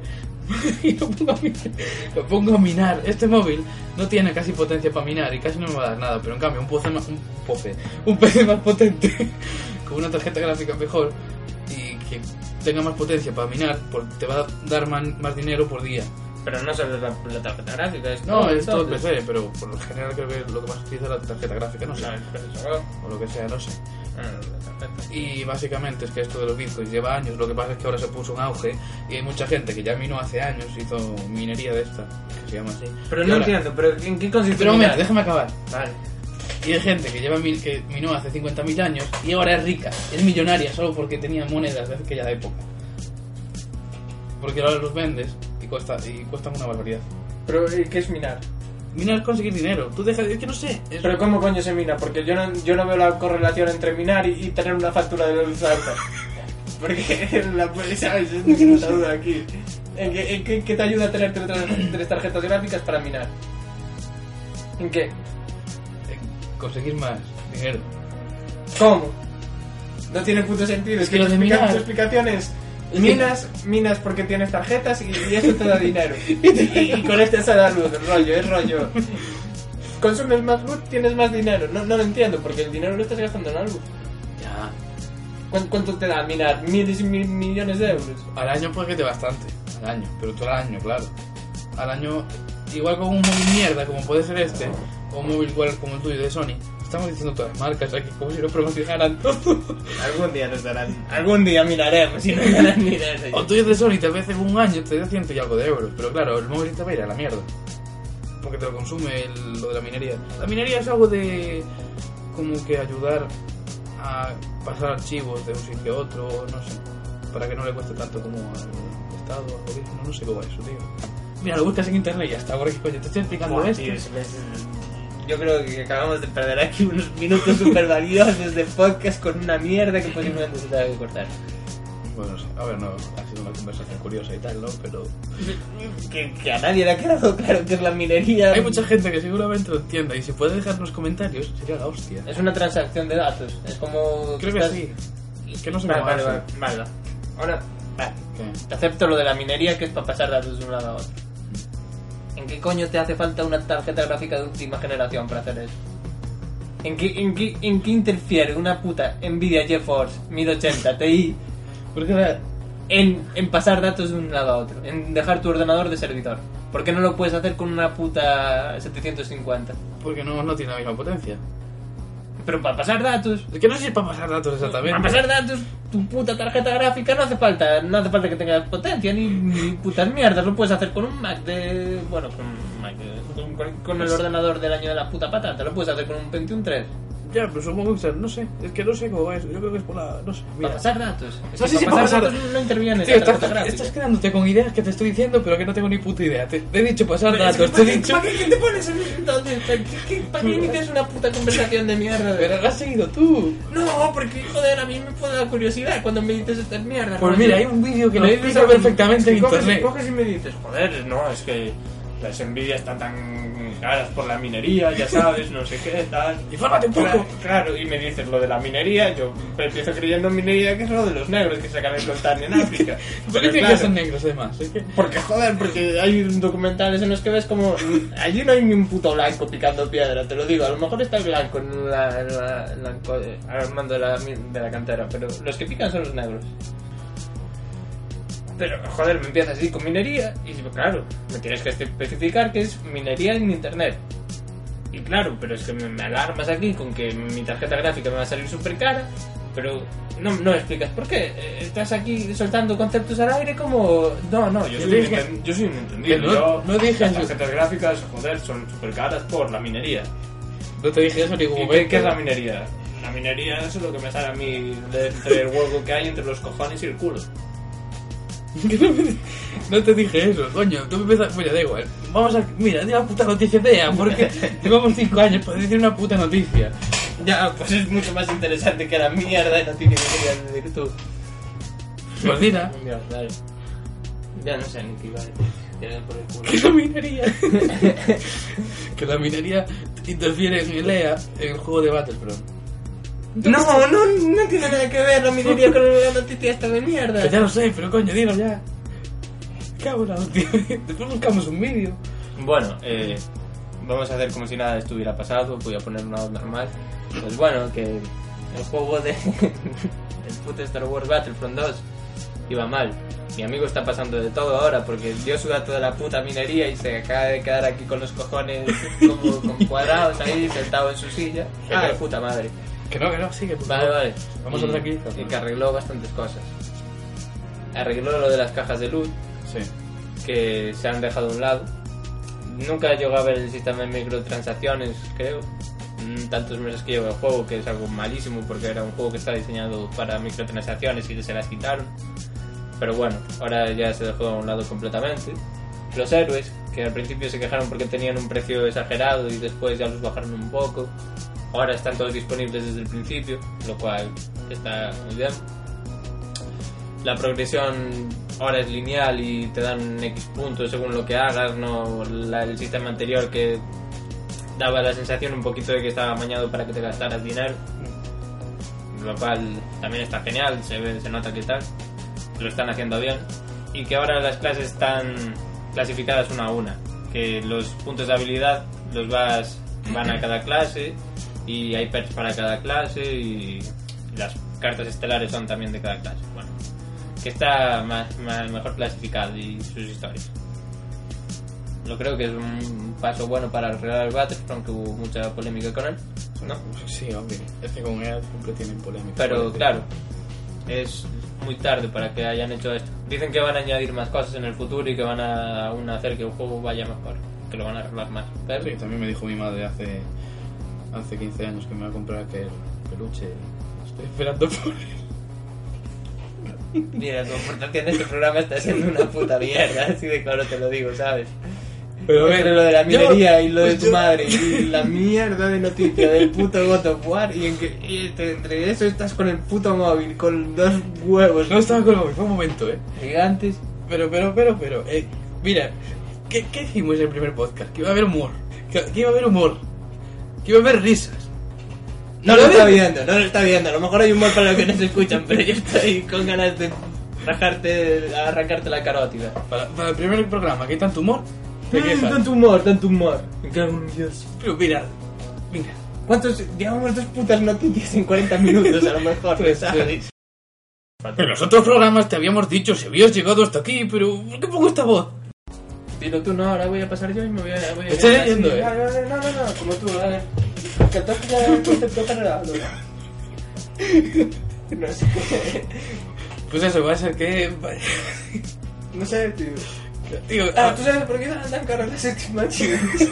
[SPEAKER 2] y lo pongo, a minar, lo pongo a minar. Este móvil no tiene casi potencia para minar y casi no me va a dar nada. Pero en cambio, un PC más, un, PC, un PC más potente, con una tarjeta gráfica mejor pues y que tenga más potencia para minar, por- te va a dar man- más dinero por día.
[SPEAKER 1] Pero no solo es la, la tarjeta gráfica, es
[SPEAKER 2] No,
[SPEAKER 1] todo,
[SPEAKER 2] es todo
[SPEAKER 1] entonces.
[SPEAKER 2] PC, pero por lo general creo que es lo que más se utiliza es la tarjeta gráfica, no sé.
[SPEAKER 1] No, el procesador.
[SPEAKER 2] O lo que sea, no sé.
[SPEAKER 1] Bueno, la tarjeta.
[SPEAKER 2] Y básicamente es que esto de los bitcoins lleva años, lo que pasa es que ahora se puso un auge y hay mucha gente que ya minó hace años, hizo minería de esta, que se llama así.
[SPEAKER 1] Pero
[SPEAKER 2] Y
[SPEAKER 1] no
[SPEAKER 2] ahora-
[SPEAKER 1] entiendo, pero ¿en qué consiste?
[SPEAKER 2] Pero un
[SPEAKER 1] mirar?
[SPEAKER 2] momento, déjame acabar.
[SPEAKER 1] Vale.
[SPEAKER 2] Y hay gente que lleva mil- que minó hace 50.000 años y ahora es rica, es millonaria solo porque tenía monedas de aquella época. Porque ahora los vendes y cuesta y cuestan una barbaridad.
[SPEAKER 4] Pero, ¿y ¿qué es minar?
[SPEAKER 2] Minar es conseguir dinero, tú dejas, es que no sé. es-
[SPEAKER 4] Pero, ¿cómo coño se mina? Porque yo no, yo no veo la correlación entre minar y, y tener una factura de luz alta. Porque, la, ¿sabes? Es mi puta duda aquí. ¿En qué, en qué- qué te ayuda a tener tres, tres- tres tarjetas gráficas para minar? ¿En qué?
[SPEAKER 2] eh, conseguir más dinero.
[SPEAKER 4] ¿Cómo? No tiene puto sentido.
[SPEAKER 2] Es
[SPEAKER 4] Es
[SPEAKER 2] que
[SPEAKER 4] que
[SPEAKER 2] lo de
[SPEAKER 4] explica-
[SPEAKER 2] minar-
[SPEAKER 4] tu explicación es
[SPEAKER 2] Es que-
[SPEAKER 4] minas, minas porque tienes tarjetas y, y eso te da dinero. Y, y con este se da luz, el rollo, es rollo. Consumes más luz, tienes más dinero. No, no lo entiendo, porque el dinero lo estás gastando en algo.
[SPEAKER 2] Ya.
[SPEAKER 4] ¿Cuán- ¿Cuánto te da minar? Miles y mil millones de euros.
[SPEAKER 2] Al año puede que te bastante. Al año, pero tú al año, claro. Al año, igual con un móvil mierda como puede ser este, o un móvil igual como el tuyo de Sony, estamos diciendo todas las marcas aquí como si lo promocionaran todo.
[SPEAKER 1] Algún día nos darán. Algún día miraremos y nos darán
[SPEAKER 2] O
[SPEAKER 1] dinero.
[SPEAKER 2] tú de Sony tal vez en un año te da ciento y algo de euros, pero claro, el móvil te va a ir a la mierda. Porque te lo consume el- lo de la minería. La minería es algo de como que ayudar a pasar archivos de un sitio a otro, no sé, para que no le cueste tanto como al Estado, al gobierno, no sé cómo es eso, tío. Mira, lo buscas en internet y ya está, porque coño, te estoy explicando
[SPEAKER 1] Buah,
[SPEAKER 2] esto.
[SPEAKER 1] tío,
[SPEAKER 4] este.
[SPEAKER 1] se me hace- Yo creo que acabamos de perder aquí unos minutos súper valiosos de podcast con una mierda que posiblemente se tenga que cortar.
[SPEAKER 2] Bueno, no sé, a ver, no, ha sido una conversación curiosa y tal, ¿no? Pero
[SPEAKER 1] Que, que a nadie le ha quedado claro que es la minería.
[SPEAKER 2] hay mucha gente que seguramente lo entienda y si puede dejarnos comentarios sería la hostia.
[SPEAKER 1] Es una transacción de datos. Es como.
[SPEAKER 2] Creo que
[SPEAKER 1] estás-
[SPEAKER 2] sí. Es que no sé
[SPEAKER 1] Vale,
[SPEAKER 2] cómo
[SPEAKER 1] vale,
[SPEAKER 2] hace.
[SPEAKER 1] vale, vale, vale. Ahora, vale.
[SPEAKER 2] ¿Qué?
[SPEAKER 1] Te acepto lo de la minería que es para pasar datos de un lado a otro. ¿En qué coño te hace falta una tarjeta gráfica de última generación para hacer eso? ¿En qué, en qué, en qué interfiere una puta Nvidia GeForce 1080 Ti
[SPEAKER 2] Porque la-
[SPEAKER 1] en, en pasar datos de un lado a otro? En dejar tu ordenador de servidor. ¿Por qué no lo puedes hacer con una puta 750?
[SPEAKER 2] Porque no, no tiene la misma potencia.
[SPEAKER 1] Pero para pasar datos,
[SPEAKER 2] Es que no sé si es para pasar datos exactamente.
[SPEAKER 1] Para pasar datos, tu puta tarjeta gráfica no hace falta, no hace falta que tengas potencia ni, ni putas mierdas, lo puedes hacer con un Mac de. bueno, con un Mac de- con, con- con el ordenador del año de la puta patata, lo puedes hacer con un Pentium 3.
[SPEAKER 2] Ya, pero supongo que será- no sé. Es que no sé cómo va eso. Yo creo que es por la. No sé.
[SPEAKER 1] Para
[SPEAKER 2] Mira.
[SPEAKER 1] pasar datos. Es
[SPEAKER 2] No
[SPEAKER 1] que
[SPEAKER 2] sé si
[SPEAKER 1] para
[SPEAKER 2] para pasar-
[SPEAKER 1] pasar datos no interviene
[SPEAKER 2] Tío,
[SPEAKER 1] la
[SPEAKER 2] estás,
[SPEAKER 1] tarjeta gráfica.
[SPEAKER 2] estás quedándote con ideas que te estoy diciendo, pero que no tengo ni puta idea. Te, te he dicho pasar datos, te he dicho.
[SPEAKER 1] ¿Para qué, qué te pones en- entonces? ¿Para qué, qué- para qué inicias una puta conversación de mierda?
[SPEAKER 2] Pero la has seguido tú. Pues
[SPEAKER 1] No, porque joder, a mí me puede dar curiosidad cuando me dices estas mierdas.
[SPEAKER 2] Pues
[SPEAKER 1] rollo.
[SPEAKER 2] mira, hay un vídeo que lo
[SPEAKER 1] Me dices
[SPEAKER 2] explica
[SPEAKER 1] algo-
[SPEAKER 2] perfectamente en
[SPEAKER 4] Y coges, y
[SPEAKER 2] internet.
[SPEAKER 4] coges y me dices, joder, no, es que las envidias están tan caras por la minería, ya sabes, no sé qué, tal.
[SPEAKER 2] Infórmate un
[SPEAKER 4] Claro,
[SPEAKER 2] poco.
[SPEAKER 4] claro, y me dices lo de la minería, yo empiezo creyendo en minería que es lo de los negros que sacan el coltán en África.
[SPEAKER 2] ¿Por qué
[SPEAKER 4] Pero
[SPEAKER 2] tienes
[SPEAKER 4] claro,
[SPEAKER 2] que ser negros además? Es que-
[SPEAKER 4] porque joder, porque
[SPEAKER 1] Hay documentales en los que ves como mm, allí no hay ni un puto blanco picando piedra, te lo digo. A lo mejor está el blanco en la, en la- en la co- eh, armando la, mi- de la cantera, pero los que pican son los negros. Pero joder, me empiezas así con minería y digo, claro, me tienes que especificar que es minería en internet. Y claro, pero es que me, me alarmas aquí con que mi tarjeta gráfica me va a salir súper cara, pero no, no explicas por qué. Eh, Estás aquí soltando conceptos al aire como... No, no,
[SPEAKER 4] yo
[SPEAKER 2] Que
[SPEAKER 4] soy, un
[SPEAKER 2] dije-
[SPEAKER 4] enten- yo soy un
[SPEAKER 2] que
[SPEAKER 4] entendido.
[SPEAKER 2] no,
[SPEAKER 4] yo,
[SPEAKER 2] no dije
[SPEAKER 4] las
[SPEAKER 2] eso.
[SPEAKER 4] tarjetas gráficas, joder, son súper caras por la minería.
[SPEAKER 2] No te dije eso en ningún
[SPEAKER 4] ¿Y
[SPEAKER 2] momento.
[SPEAKER 4] qué, qué es la minería? La minería eso es lo que me sale a mí de entre el hueco que hay entre los cojones y el culo.
[SPEAKER 2] Que no me- No te dije eso, coño. Tú me empiezas. Mira, da igual. Vamos a. Mira, di la puta noticia fea, porque llevamos 5 años para decir una puta noticia.
[SPEAKER 1] Ya, pues es mucho más interesante que la mierda y no tiene ninguna virtud.
[SPEAKER 2] Pues mira,
[SPEAKER 1] Dios, dale. Ya no sé ni qué iba a decir. Ya le doy por el culo.
[SPEAKER 2] que la minería. que la minería interfiere en el EA, en el juego de Battlefront.
[SPEAKER 1] No, no, no tiene nada que ver la minería con la noticia esta de mierda.
[SPEAKER 2] Que ya lo sé, pero coño, dilo ya. Cabrón, tío. Después buscamos un vídeo.
[SPEAKER 1] Bueno, eh, vamos a hacer como si nada estuviera pasado, voy a poner una voz normal. Pues bueno, que el juego de el puto Star Wars Battlefront 2 iba mal. mi amigo está pasando de todo ahora porque dio su dato de la puta minería y se acaba de quedar aquí con los cojones como con cuadrados ahí sentado en su silla. Ah, de puta madre.
[SPEAKER 2] Que no, que no, sigue. por
[SPEAKER 1] Vale,
[SPEAKER 2] favor.
[SPEAKER 1] vale.
[SPEAKER 2] Vamos
[SPEAKER 1] Y-
[SPEAKER 2] a hablar aquí.
[SPEAKER 1] Y que arregló bastantes cosas. Arregló lo de las cajas de luz
[SPEAKER 2] Sí.
[SPEAKER 1] que se han dejado a un lado. Nunca llegó a ver el sistema de microtransacciones, creo. Mm, Tantos meses que llevo el juego, que es algo malísimo porque era un juego que estaba diseñado para microtransacciones y que se las quitaron. Pero bueno, ahora ya se dejó a un lado completamente. Los héroes, que al principio se quejaron porque tenían un precio exagerado y después ya los bajaron un poco. Ahora están todos disponibles desde el principio, lo cual está muy bien la progresión ahora es lineal y te dan X puntos según lo que hagas, no la- el sistema anterior que daba la sensación un poquito de que estaba amañado para que te gastaras dinero, lo cual también está genial, se, ve, se nota que tal, que lo están haciendo bien y que ahora las clases están clasificadas una a una, que los puntos de habilidad los vas van a cada clase y hay perks para cada clase y las cartas estelares son también de cada clase. Bueno, que está más, más- mejor clasificado y sus historias. Lo creo que es un paso bueno para arreglar el Battlefront, que hubo mucha polémica con él, ¿no?
[SPEAKER 2] Sí, hombre. Es que con EA siempre tienen polémica.
[SPEAKER 1] Pero
[SPEAKER 2] Parece.
[SPEAKER 1] claro, es muy tarde para que hayan hecho esto. Dicen que van a añadir más cosas en el futuro y que van a aún hacer que el juego vaya mejor, que lo van a arreglar más. Pero
[SPEAKER 2] Sí, también me dijo mi madre hace, hace 15 años que me va a comprar aquel peluche. Estoy esperando por él.
[SPEAKER 1] mira, tu aportación de este programa está siendo una puta mierda, así de claro te lo digo, ¿sabes?
[SPEAKER 2] Pero
[SPEAKER 1] Entre lo de la minería y lo de tu
[SPEAKER 2] pues yo-
[SPEAKER 1] madre y la mierda de noticia del puto God of War y, en que- y entre, entre eso estás con el puto móvil, con dos huevos
[SPEAKER 2] No estaba con el fue un momento, eh.
[SPEAKER 1] gigantes.
[SPEAKER 2] Pero, pero, pero, pero. eh, mira, ¿qué, ¿qué dijimos en el primer podcast? Que iba a haber humor. Que, que iba a haber humor. Que iba a haber risas.
[SPEAKER 1] No lo está viendo, no lo está viendo. A lo mejor hay un mal para los que no se escuchan, pero yo estoy con ganas de rajarte, arrancarte la carótida.
[SPEAKER 2] Para, para el primer programa, que hay tanto humor. Te
[SPEAKER 1] Ay,
[SPEAKER 2] quejas.
[SPEAKER 1] Tanto humor, tanto humor. Me cago en Dios.
[SPEAKER 2] Pero mira, mira.
[SPEAKER 1] ¿Cuántos? Llevamos dos putas noticias en 40 minutos, a lo mejor,
[SPEAKER 2] Tres,
[SPEAKER 1] ¿sabes?
[SPEAKER 2] En los otros programas te habíamos dicho si habías llegado hasta aquí, pero ¿por qué pongo esta voz?
[SPEAKER 1] Dilo tú, no, ahora voy a pasar yo y me voy a... Ah, Voy a
[SPEAKER 2] Estoy leyendo, eh.
[SPEAKER 5] No, no, no, no, no, como tú, dale. Que tú has pillado el concepto general, ¿no? No sé qué.
[SPEAKER 2] Pues eso, va a ser que.
[SPEAKER 5] No sé, tío.
[SPEAKER 2] Tío,
[SPEAKER 5] Ah, ¿tú sabes por qué dan tan caras las expansiones?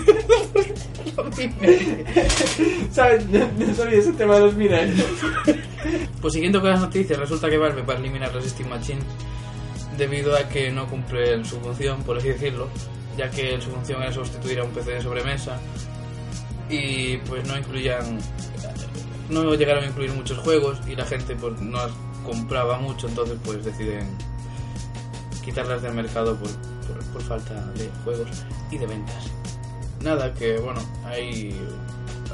[SPEAKER 5] ¿Sabes? No, no sabía ese tema de los minerales.
[SPEAKER 2] Pues siguiendo con las noticias, resulta que Valve va a eliminar los Steam Machines debido a que no cumplen su función, por así decirlo, ya que su función era sustituir a un PC de sobremesa y pues no incluían, no llegaron a incluir muchos juegos y la gente pues no las compraba mucho, entonces pues deciden quitarlas del mercado por, por- por falta de juegos y de ventas. Nada, que bueno, hay,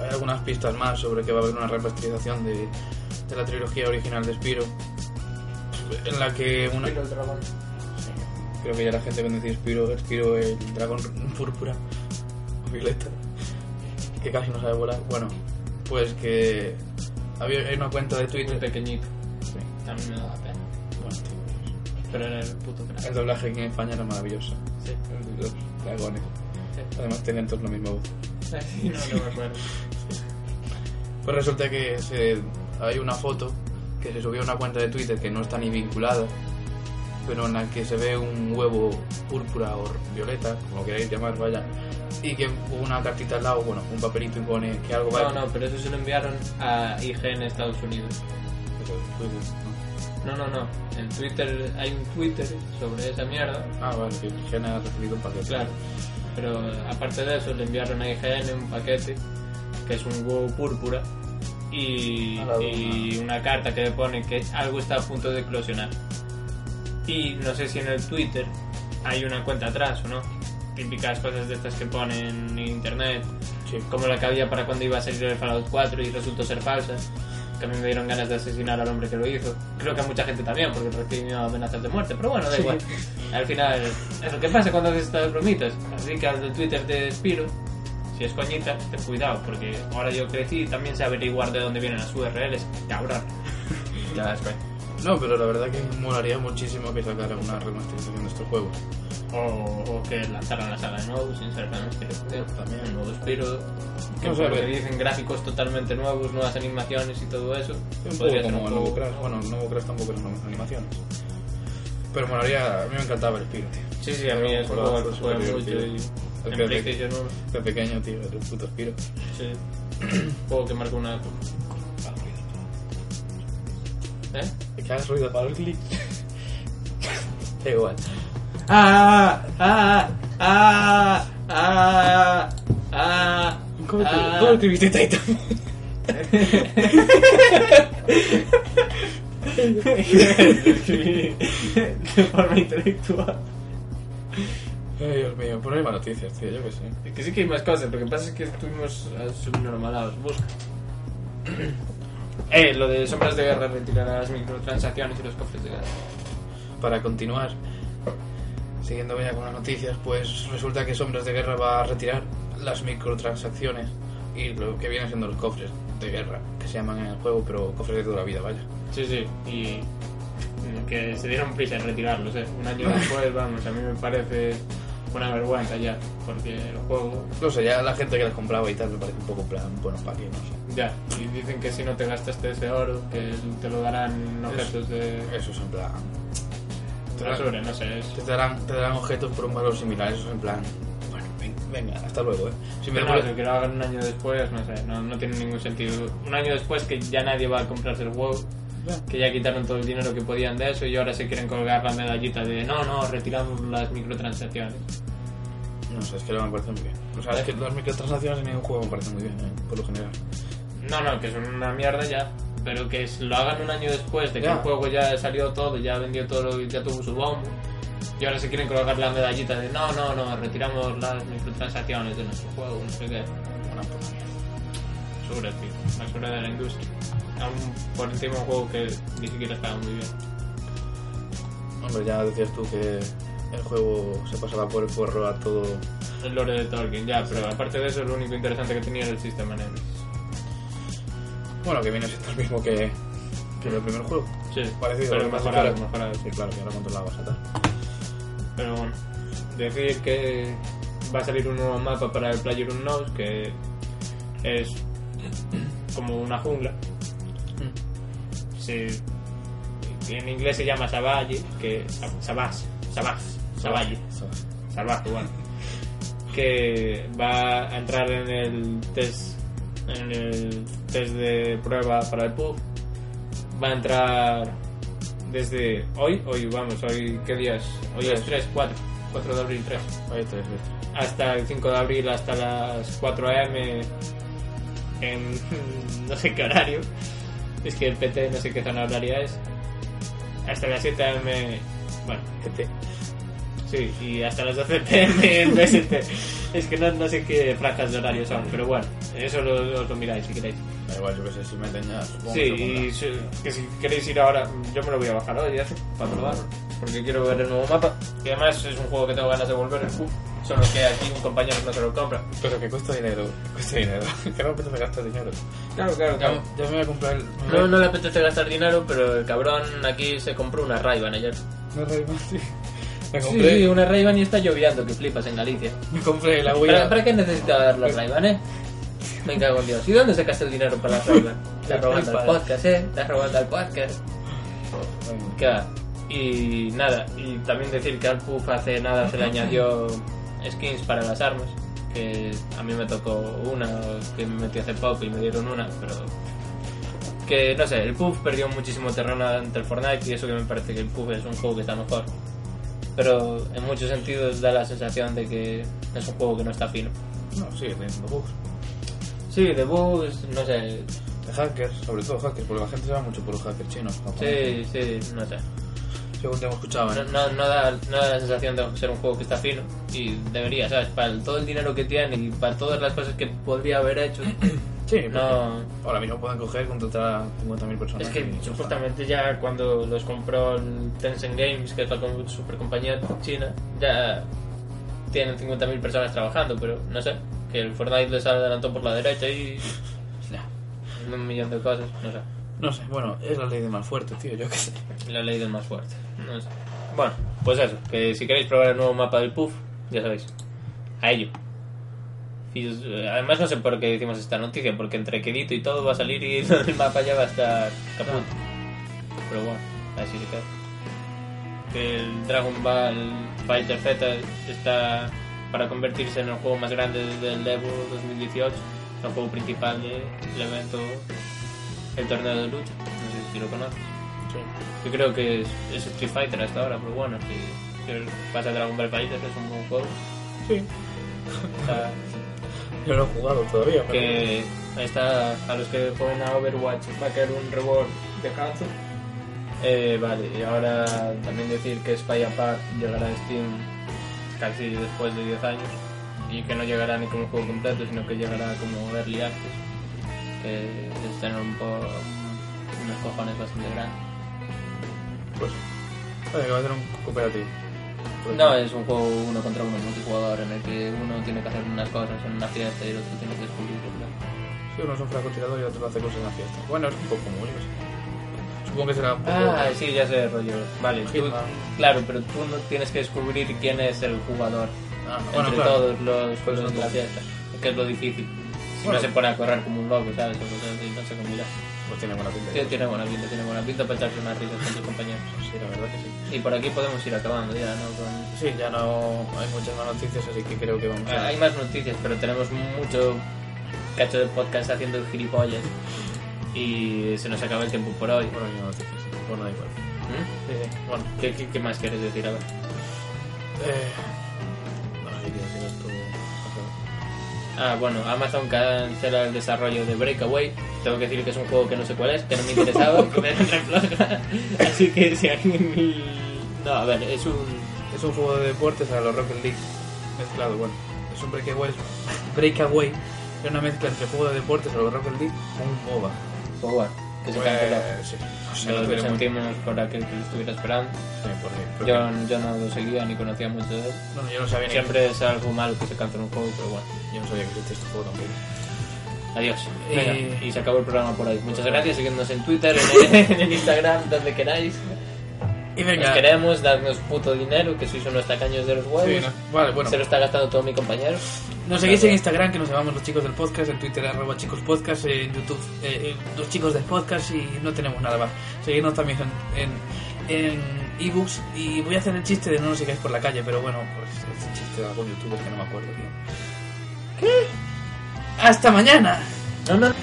[SPEAKER 2] hay algunas pistas más sobre que va a haber una remasterización de, de la trilogía original de Spiro. En la que una.
[SPEAKER 5] Pero el dragón.
[SPEAKER 2] Creo que ya la gente cuando dice Spiro, Spiro el dragón púrpura o violeta, que casi no sabe volar. Bueno, pues que. Había hay una cuenta de
[SPEAKER 1] Muy
[SPEAKER 2] Twitter.
[SPEAKER 1] pequeñito.
[SPEAKER 2] Sí,
[SPEAKER 1] También me da pena.
[SPEAKER 2] bueno, tío,
[SPEAKER 1] Pero era el puto crack.
[SPEAKER 2] el doblaje aquí en España era maravilloso.
[SPEAKER 1] Sí.
[SPEAKER 2] Los dragones. Además tenían todos la misma voz.
[SPEAKER 1] Así no, no me acuerdo.
[SPEAKER 2] Pues resulta que se- hay una foto que se subió a una cuenta de Twitter que no está ni vinculada, pero en la que se ve un huevo púrpura o violeta, como queráis llamar, vaya, y que una cartita al lado, bueno, un papelito y pone que algo va
[SPEAKER 1] No, no, pero eso se lo enviaron a IG en Estados Unidos. No, no, no. En Twitter hay un Twitter sobre esa mierda.
[SPEAKER 2] Ah, vale, que Virginia ha recibido un paquete.
[SPEAKER 1] Claro. Pero eh, aparte de eso, le enviaron a IGN un paquete que es un huevo púrpura y,
[SPEAKER 2] A la
[SPEAKER 1] y una carta que pone que algo está a punto de eclosionar. Y no sé si en el Twitter hay una cuenta atrás o no. Típicas cosas de estas que ponen en internet,
[SPEAKER 2] Sí.
[SPEAKER 1] como la que había para cuando iba a salir el Fallout 4 y resultó ser falsa. Que a mí me dieron ganas de asesinar al hombre que lo hizo. Creo que a mucha gente también, porque recibió amenazas de muerte. Pero bueno, da igual. Al final, es lo que pasa cuando haces estas bromitas. Así que al de Twitter de Spiro, si es coñita, ten cuidado, porque ahora yo crecí y también sé averiguar de dónde vienen las URLs. Cabrón. Ya, es coña.
[SPEAKER 2] No, pero la verdad que molaría muchísimo que sacara una remasterización de estos juegos.
[SPEAKER 1] O, o que lanzaran la saga de nuevo, sin ser remaster. También, nuevo Spiro. Que
[SPEAKER 2] Vamos a ver.
[SPEAKER 1] dicen gráficos totalmente nuevos, nuevas animaciones y todo eso. pues
[SPEAKER 2] Un poco
[SPEAKER 1] Podría ser
[SPEAKER 2] como
[SPEAKER 1] un
[SPEAKER 2] el nuevo
[SPEAKER 1] juego.
[SPEAKER 2] Crash. Bueno, el nuevo Crash tampoco eran animaciones. Pero molaría, a mí me encantaba el Spiro, tío.
[SPEAKER 1] Sí, sí, a mí es un
[SPEAKER 2] Juegazo,
[SPEAKER 1] juego al que juego
[SPEAKER 2] súper
[SPEAKER 1] mucho. Y
[SPEAKER 2] divertido. El
[SPEAKER 1] en
[SPEAKER 2] que-
[SPEAKER 1] PlayStation 1,
[SPEAKER 2] De pequeño, tío, era un puto Spiro.
[SPEAKER 1] sí. Un juego que marcó una. ¿Eh?
[SPEAKER 2] ¿Qué hagas ruido para el clic? da igual.
[SPEAKER 1] ¡Ah! ¡Ah! ¡Ah! ¡Ah! ¡Ah!
[SPEAKER 2] ¿Cómo, te-
[SPEAKER 1] ah.
[SPEAKER 2] cómo escribiste Titan?
[SPEAKER 1] De forma intelectual.
[SPEAKER 2] Ay, Dios mío, por ahí malas noticias, tío, yo que sé.
[SPEAKER 1] Eh, Que sí que hay más cosas, lo que pasa es que estuvimos eh, subnormalados. Busca. Eh, lo de sombras de guerra retirará las microtransacciones y los cofres de guerra.
[SPEAKER 2] Para continuar, siguiendo ya con las noticias, pues resulta que Sombras de Guerra va a retirar las microtransacciones y lo que vienen siendo los cofres de guerra, que se llaman en el juego, pero cofres de toda la vida, vaya.
[SPEAKER 1] Sí, sí, y mm, que se dieron prisa en retirarlos, eh. Un año después, vamos, a mí me parece una vergüenza ya, porque el juego
[SPEAKER 2] No sé, ya la gente que las compraba y tal me parece un poco en plan, bueno, para qué, no sé.
[SPEAKER 1] Ya, y dicen que si no te gastaste ese oro, que te lo darán en objetos de
[SPEAKER 2] Eso es en plan.
[SPEAKER 1] basura, no sé. es-
[SPEAKER 2] Te darán, te darán objetos por un valor similar, eso es en plan. Bueno, ven- venga, hasta luego, eh. Si me
[SPEAKER 1] Pero
[SPEAKER 2] lo
[SPEAKER 1] no, que lo hagan un año después, no sé, no, no tiene ningún sentido. Un año después que ya nadie va a comprarse el juego, que ya quitaron todo el dinero que podían de eso y ahora se quieren colgar la medallita de no, no, retiramos las microtransacciones.
[SPEAKER 2] No sé, es que no me parece muy bien. O sea, es que las microtransacciones en ningún juego me parecen muy bien, eh, por lo general.
[SPEAKER 1] No, no, que son una mierda ya, pero que s- lo hagan un año después de que
[SPEAKER 2] Ya.
[SPEAKER 1] el juego ya salió todo, ya vendió todo y ya tuvo su bombo. Y ahora se quieren colgar la medallita de no, no, no, retiramos las microtransacciones de nuestro juego, no sé qué.
[SPEAKER 2] Una puta mierda.
[SPEAKER 1] Basura, tío. Basura de la industria. Aún por encima de un juego que ni siquiera estaba muy bien.
[SPEAKER 2] Hombre, ya decías tú que el juego se pasaba por el forro a todo.
[SPEAKER 1] El lore de Tolkien, ya, pero aparte de eso, lo único interesante que tenía era el sistema Nemesis.
[SPEAKER 2] Bueno, que viene siendo el mismo que, que el primer juego.
[SPEAKER 1] Sí,
[SPEAKER 2] Parecido,
[SPEAKER 1] pero
[SPEAKER 2] lo que pasa
[SPEAKER 1] mejorado,
[SPEAKER 2] que ahora-
[SPEAKER 1] mejorado.
[SPEAKER 2] Sí, claro, que ahora controlabas a tal.
[SPEAKER 1] Pero bueno, decir que va a salir un nuevo mapa para el Player Unknown que es como una jungla.
[SPEAKER 2] Mm.
[SPEAKER 1] Se, en inglés se llama Savage, que Savage, Savage, Savage,
[SPEAKER 2] ¿sabes?
[SPEAKER 1] salvaje, bueno, que va a entrar en el test, en el test de prueba para el pub. Va a entrar desde hoy, hoy vamos, hoy qué días, hoy es 3, 4, 4 de abril 3,
[SPEAKER 2] Ahí está, ahí está.
[SPEAKER 1] hasta el 5 de abril hasta las 4 am en no sé qué horario. Es que el PT no sé qué zona horaria es. Hasta las 7 am, bueno, PT. Sí, y hasta las 12 pm en BST. Es que no, no sé qué franjas de horario son, pero bueno, eso lo, lo, lo miráis si queréis.
[SPEAKER 2] Da igual, yo qué sé, si me ya supongo
[SPEAKER 1] Sí,
[SPEAKER 2] que lo pondrá.
[SPEAKER 1] y si- que si queréis ir ahora, yo me lo voy a bajar hoy hace, para probar, porque quiero ver el nuevo mapa. Y además es un juego que tengo ganas de volver, el Q, solo que aquí un compañero no se lo compra.
[SPEAKER 2] Pero que cuesta dinero, que cuesta dinero. que no me gastar dinero.
[SPEAKER 1] Claro, claro,
[SPEAKER 2] Ya, ya me voy a comprar el.
[SPEAKER 1] No, no le apetece gastar dinero, pero el cabrón aquí se compró una Ray-Ban ayer.
[SPEAKER 2] Me reí sí. Me
[SPEAKER 1] Sí,
[SPEAKER 2] compré,
[SPEAKER 1] sí, una Ray-Ban y está lloviando, que flipas en Galicia.
[SPEAKER 2] me compré la Wii.
[SPEAKER 1] ¿Para, para qué necesitaba dar las Ray-Ban, eh? Me cago en Dios. ¿Y dónde sacaste el dinero para las Ray-Ban? Estás robando al podcast, eh. Estás robando al podcast.
[SPEAKER 2] Bueno,
[SPEAKER 1] Que- Y nada, y también decir que al PUF hace nada se le añadió skins para las armas, que a mí me tocó una que me metí hace poco y me dieron una, pero que no sé, el PUF perdió muchísimo terreno ante el Fortnite y eso que me parece que el PUF es un juego que está mejor. Pero en muchos sentidos da la sensación de que es un juego que no está fino.
[SPEAKER 2] No, sí, teniendo bugs.
[SPEAKER 1] Sí, de bugs, no sé,
[SPEAKER 2] De hackers, sobre todo hackers, porque la gente se va mucho por los hackers chinos. japoneses.
[SPEAKER 1] sí, sí, no sé.
[SPEAKER 2] Según te hemos escuchado, ¿eh?
[SPEAKER 1] No, no, no da, no da la sensación de ser un juego que está fino y debería, ¿sabes? Para el- todo el dinero que tiene y para todas las cosas que podría haber hecho.
[SPEAKER 2] Sí, porque
[SPEAKER 1] No,
[SPEAKER 2] ahora mismo pueden coger y contratar a 50.000 personas.
[SPEAKER 1] es que
[SPEAKER 2] y-
[SPEAKER 1] supuestamente ya cuando los compró el Tencent Games, que es la com- supercompañía china, ya tienen 50.000 personas trabajando, pero no sé, que el Fortnite les adelantó por la derecha y
[SPEAKER 2] Ya.
[SPEAKER 1] un millón de cosas, no sé.
[SPEAKER 2] No sé, bueno, es la ley del más fuerte, tío, yo qué sé.
[SPEAKER 1] La ley del más fuerte. No sé. Bueno, pues eso, que si queréis probar el nuevo mapa del PUF, ya sabéis. A ello. Fis- eh, Además no sé por qué decimos esta noticia, porque entre Quedito y todo va a salir y el mapa ya va a estar caput. Pero bueno, así se queda. Que el Dragon Ball Fighter Z está para convertirse en el juego más grande del Evo 2018, el juego principal del evento, el torneo de lucha. No sé si lo conoces. Yo creo que es, es Street Fighter hasta ahora, pero bueno, si, si pasa Dragon Ball Fighter es un buen juego.
[SPEAKER 2] Sí.
[SPEAKER 1] O sea,
[SPEAKER 2] Yo no lo he jugado todavía, pero...
[SPEAKER 1] que ahí está a los que juegan a Overwatch va a caer un reward de cazo. Eh, vale, y ahora también decir que Spy Apart llegará a Steam casi después de 10 años y que no llegará ni como juego completo, sino que llegará como Early Access, que es tener un po- unos cojones bastante grandes.
[SPEAKER 2] Pues... Vale, que va a ser un cooperativo. Pues-
[SPEAKER 1] No, es un juego uno contra uno, multijugador, en el que uno tiene que hacer unas cosas en una fiesta y el otro tiene que descubrirlo. ¿no?
[SPEAKER 2] Sí, uno es un francotirador y otro hace cosas en la fiesta. Bueno, es un poco como yo. Supongo que será un poco...
[SPEAKER 1] Ah, sí, ya sé, rollo. Vale, tú-
[SPEAKER 2] Hitman.
[SPEAKER 1] claro, pero tú no tienes que descubrir quién es el jugador
[SPEAKER 2] Ah,
[SPEAKER 1] entre todos los
[SPEAKER 2] Pues
[SPEAKER 1] juegos de la fiesta, que es lo difícil. Si
[SPEAKER 2] Bueno.
[SPEAKER 1] no se pone a correr como un loco, ¿sabes? O cosas así, no se combina.
[SPEAKER 2] Pues tiene buena pinta.
[SPEAKER 1] Sí, tiene buena pinta, tiene buena pinta para echarse unas risas con tus compañeros.
[SPEAKER 2] Sí, la verdad que sí.
[SPEAKER 1] Y por aquí podemos ir acabando ya, ¿no? Con-
[SPEAKER 2] Sí, ya no hay muchas más noticias, así que creo que vamos
[SPEAKER 1] Ah,
[SPEAKER 2] a...
[SPEAKER 1] Hay más noticias, pero tenemos mucho cacho de podcast haciendo gilipollas. Y se nos acaba el tiempo por hoy.
[SPEAKER 2] Bueno, hay más noticias. sí. Bueno, da igual.
[SPEAKER 1] ¿Mm?
[SPEAKER 2] Sí, sí. Bueno,
[SPEAKER 1] ¿Qué, qué, qué más quieres decir? A ver.
[SPEAKER 2] eh... Bueno, si quieres decir tú... José.
[SPEAKER 1] Ah, bueno, Amazon cancela el desarrollo de Breakaway. Tengo que decir que es un juego que no sé cuál es, que no me interesaba, que me refleja. Así que si alguien... No, a ver, es un...
[SPEAKER 2] Es un juego de deportes a los Rocket League mezclado, bueno. Es un breakaway. Breakaway. Es una mezcla entre juego de deportes a los Rocket League con un MOBA.
[SPEAKER 1] Forward, que se canceló.
[SPEAKER 2] Pues, sí. O sea,
[SPEAKER 1] Lo
[SPEAKER 2] no tiene mucho-
[SPEAKER 1] sentimos por aquel que lo estuviera esperando.
[SPEAKER 2] Sí, porque-
[SPEAKER 1] Yo, yo no lo seguía ni conocía mucho de él.
[SPEAKER 2] Bueno, yo no sabía ni
[SPEAKER 1] Siempre es algo malo que se cancela un juego, pero bueno.
[SPEAKER 2] Yo no sabía que existía este juego tampoco.
[SPEAKER 1] Adiós.
[SPEAKER 2] Y-
[SPEAKER 1] Venga, y se acabó el programa por ahí. Muchas gracias. Seguidnos en Twitter, en, en el Instagram, donde queráis.
[SPEAKER 2] Y
[SPEAKER 1] Nos queremos, dadnos puto dinero, que sois unos tacaños de los huevos.
[SPEAKER 2] Sí, no- Vale, bueno.
[SPEAKER 1] Se lo está gastando todo mi compañero.
[SPEAKER 2] Nos seguís en Instagram, que nos llamamos Los Chicos del Podcast, en Twitter, arroba Chicos Podcast, en YouTube, eh, eh, Los Chicos del Podcast, y no tenemos nada más. Seguidnos también en, en, en ebooks, y voy a hacer el chiste de no nos sigáis por la calle, pero bueno, pues es el chiste de algún youtuber que no me acuerdo bien. ¿Qué? ¡Hasta mañana!
[SPEAKER 1] No, no.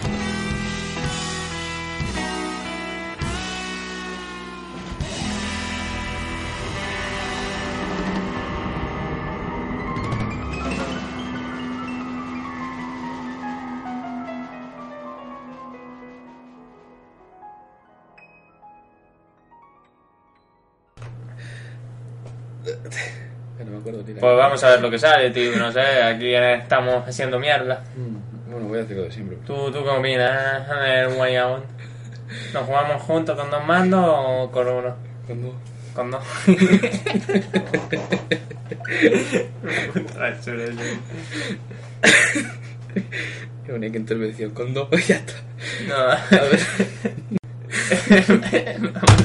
[SPEAKER 2] No me acuerdo ni
[SPEAKER 1] Pues vamos a ver lo que sale, tío. No sé, aquí estamos haciendo mierda.
[SPEAKER 2] Mm, Bueno, voy a hacer lo de siempre.
[SPEAKER 1] ¿Tú, tú qué opinas? A ver, way out. ¿Nos jugamos juntos con dos mandos o con uno?
[SPEAKER 2] ¿Cuándo?
[SPEAKER 1] Con dos. Puta chulo, tío.
[SPEAKER 2] Qué bonita intervención. ¿Cuándo? ya está.
[SPEAKER 1] No.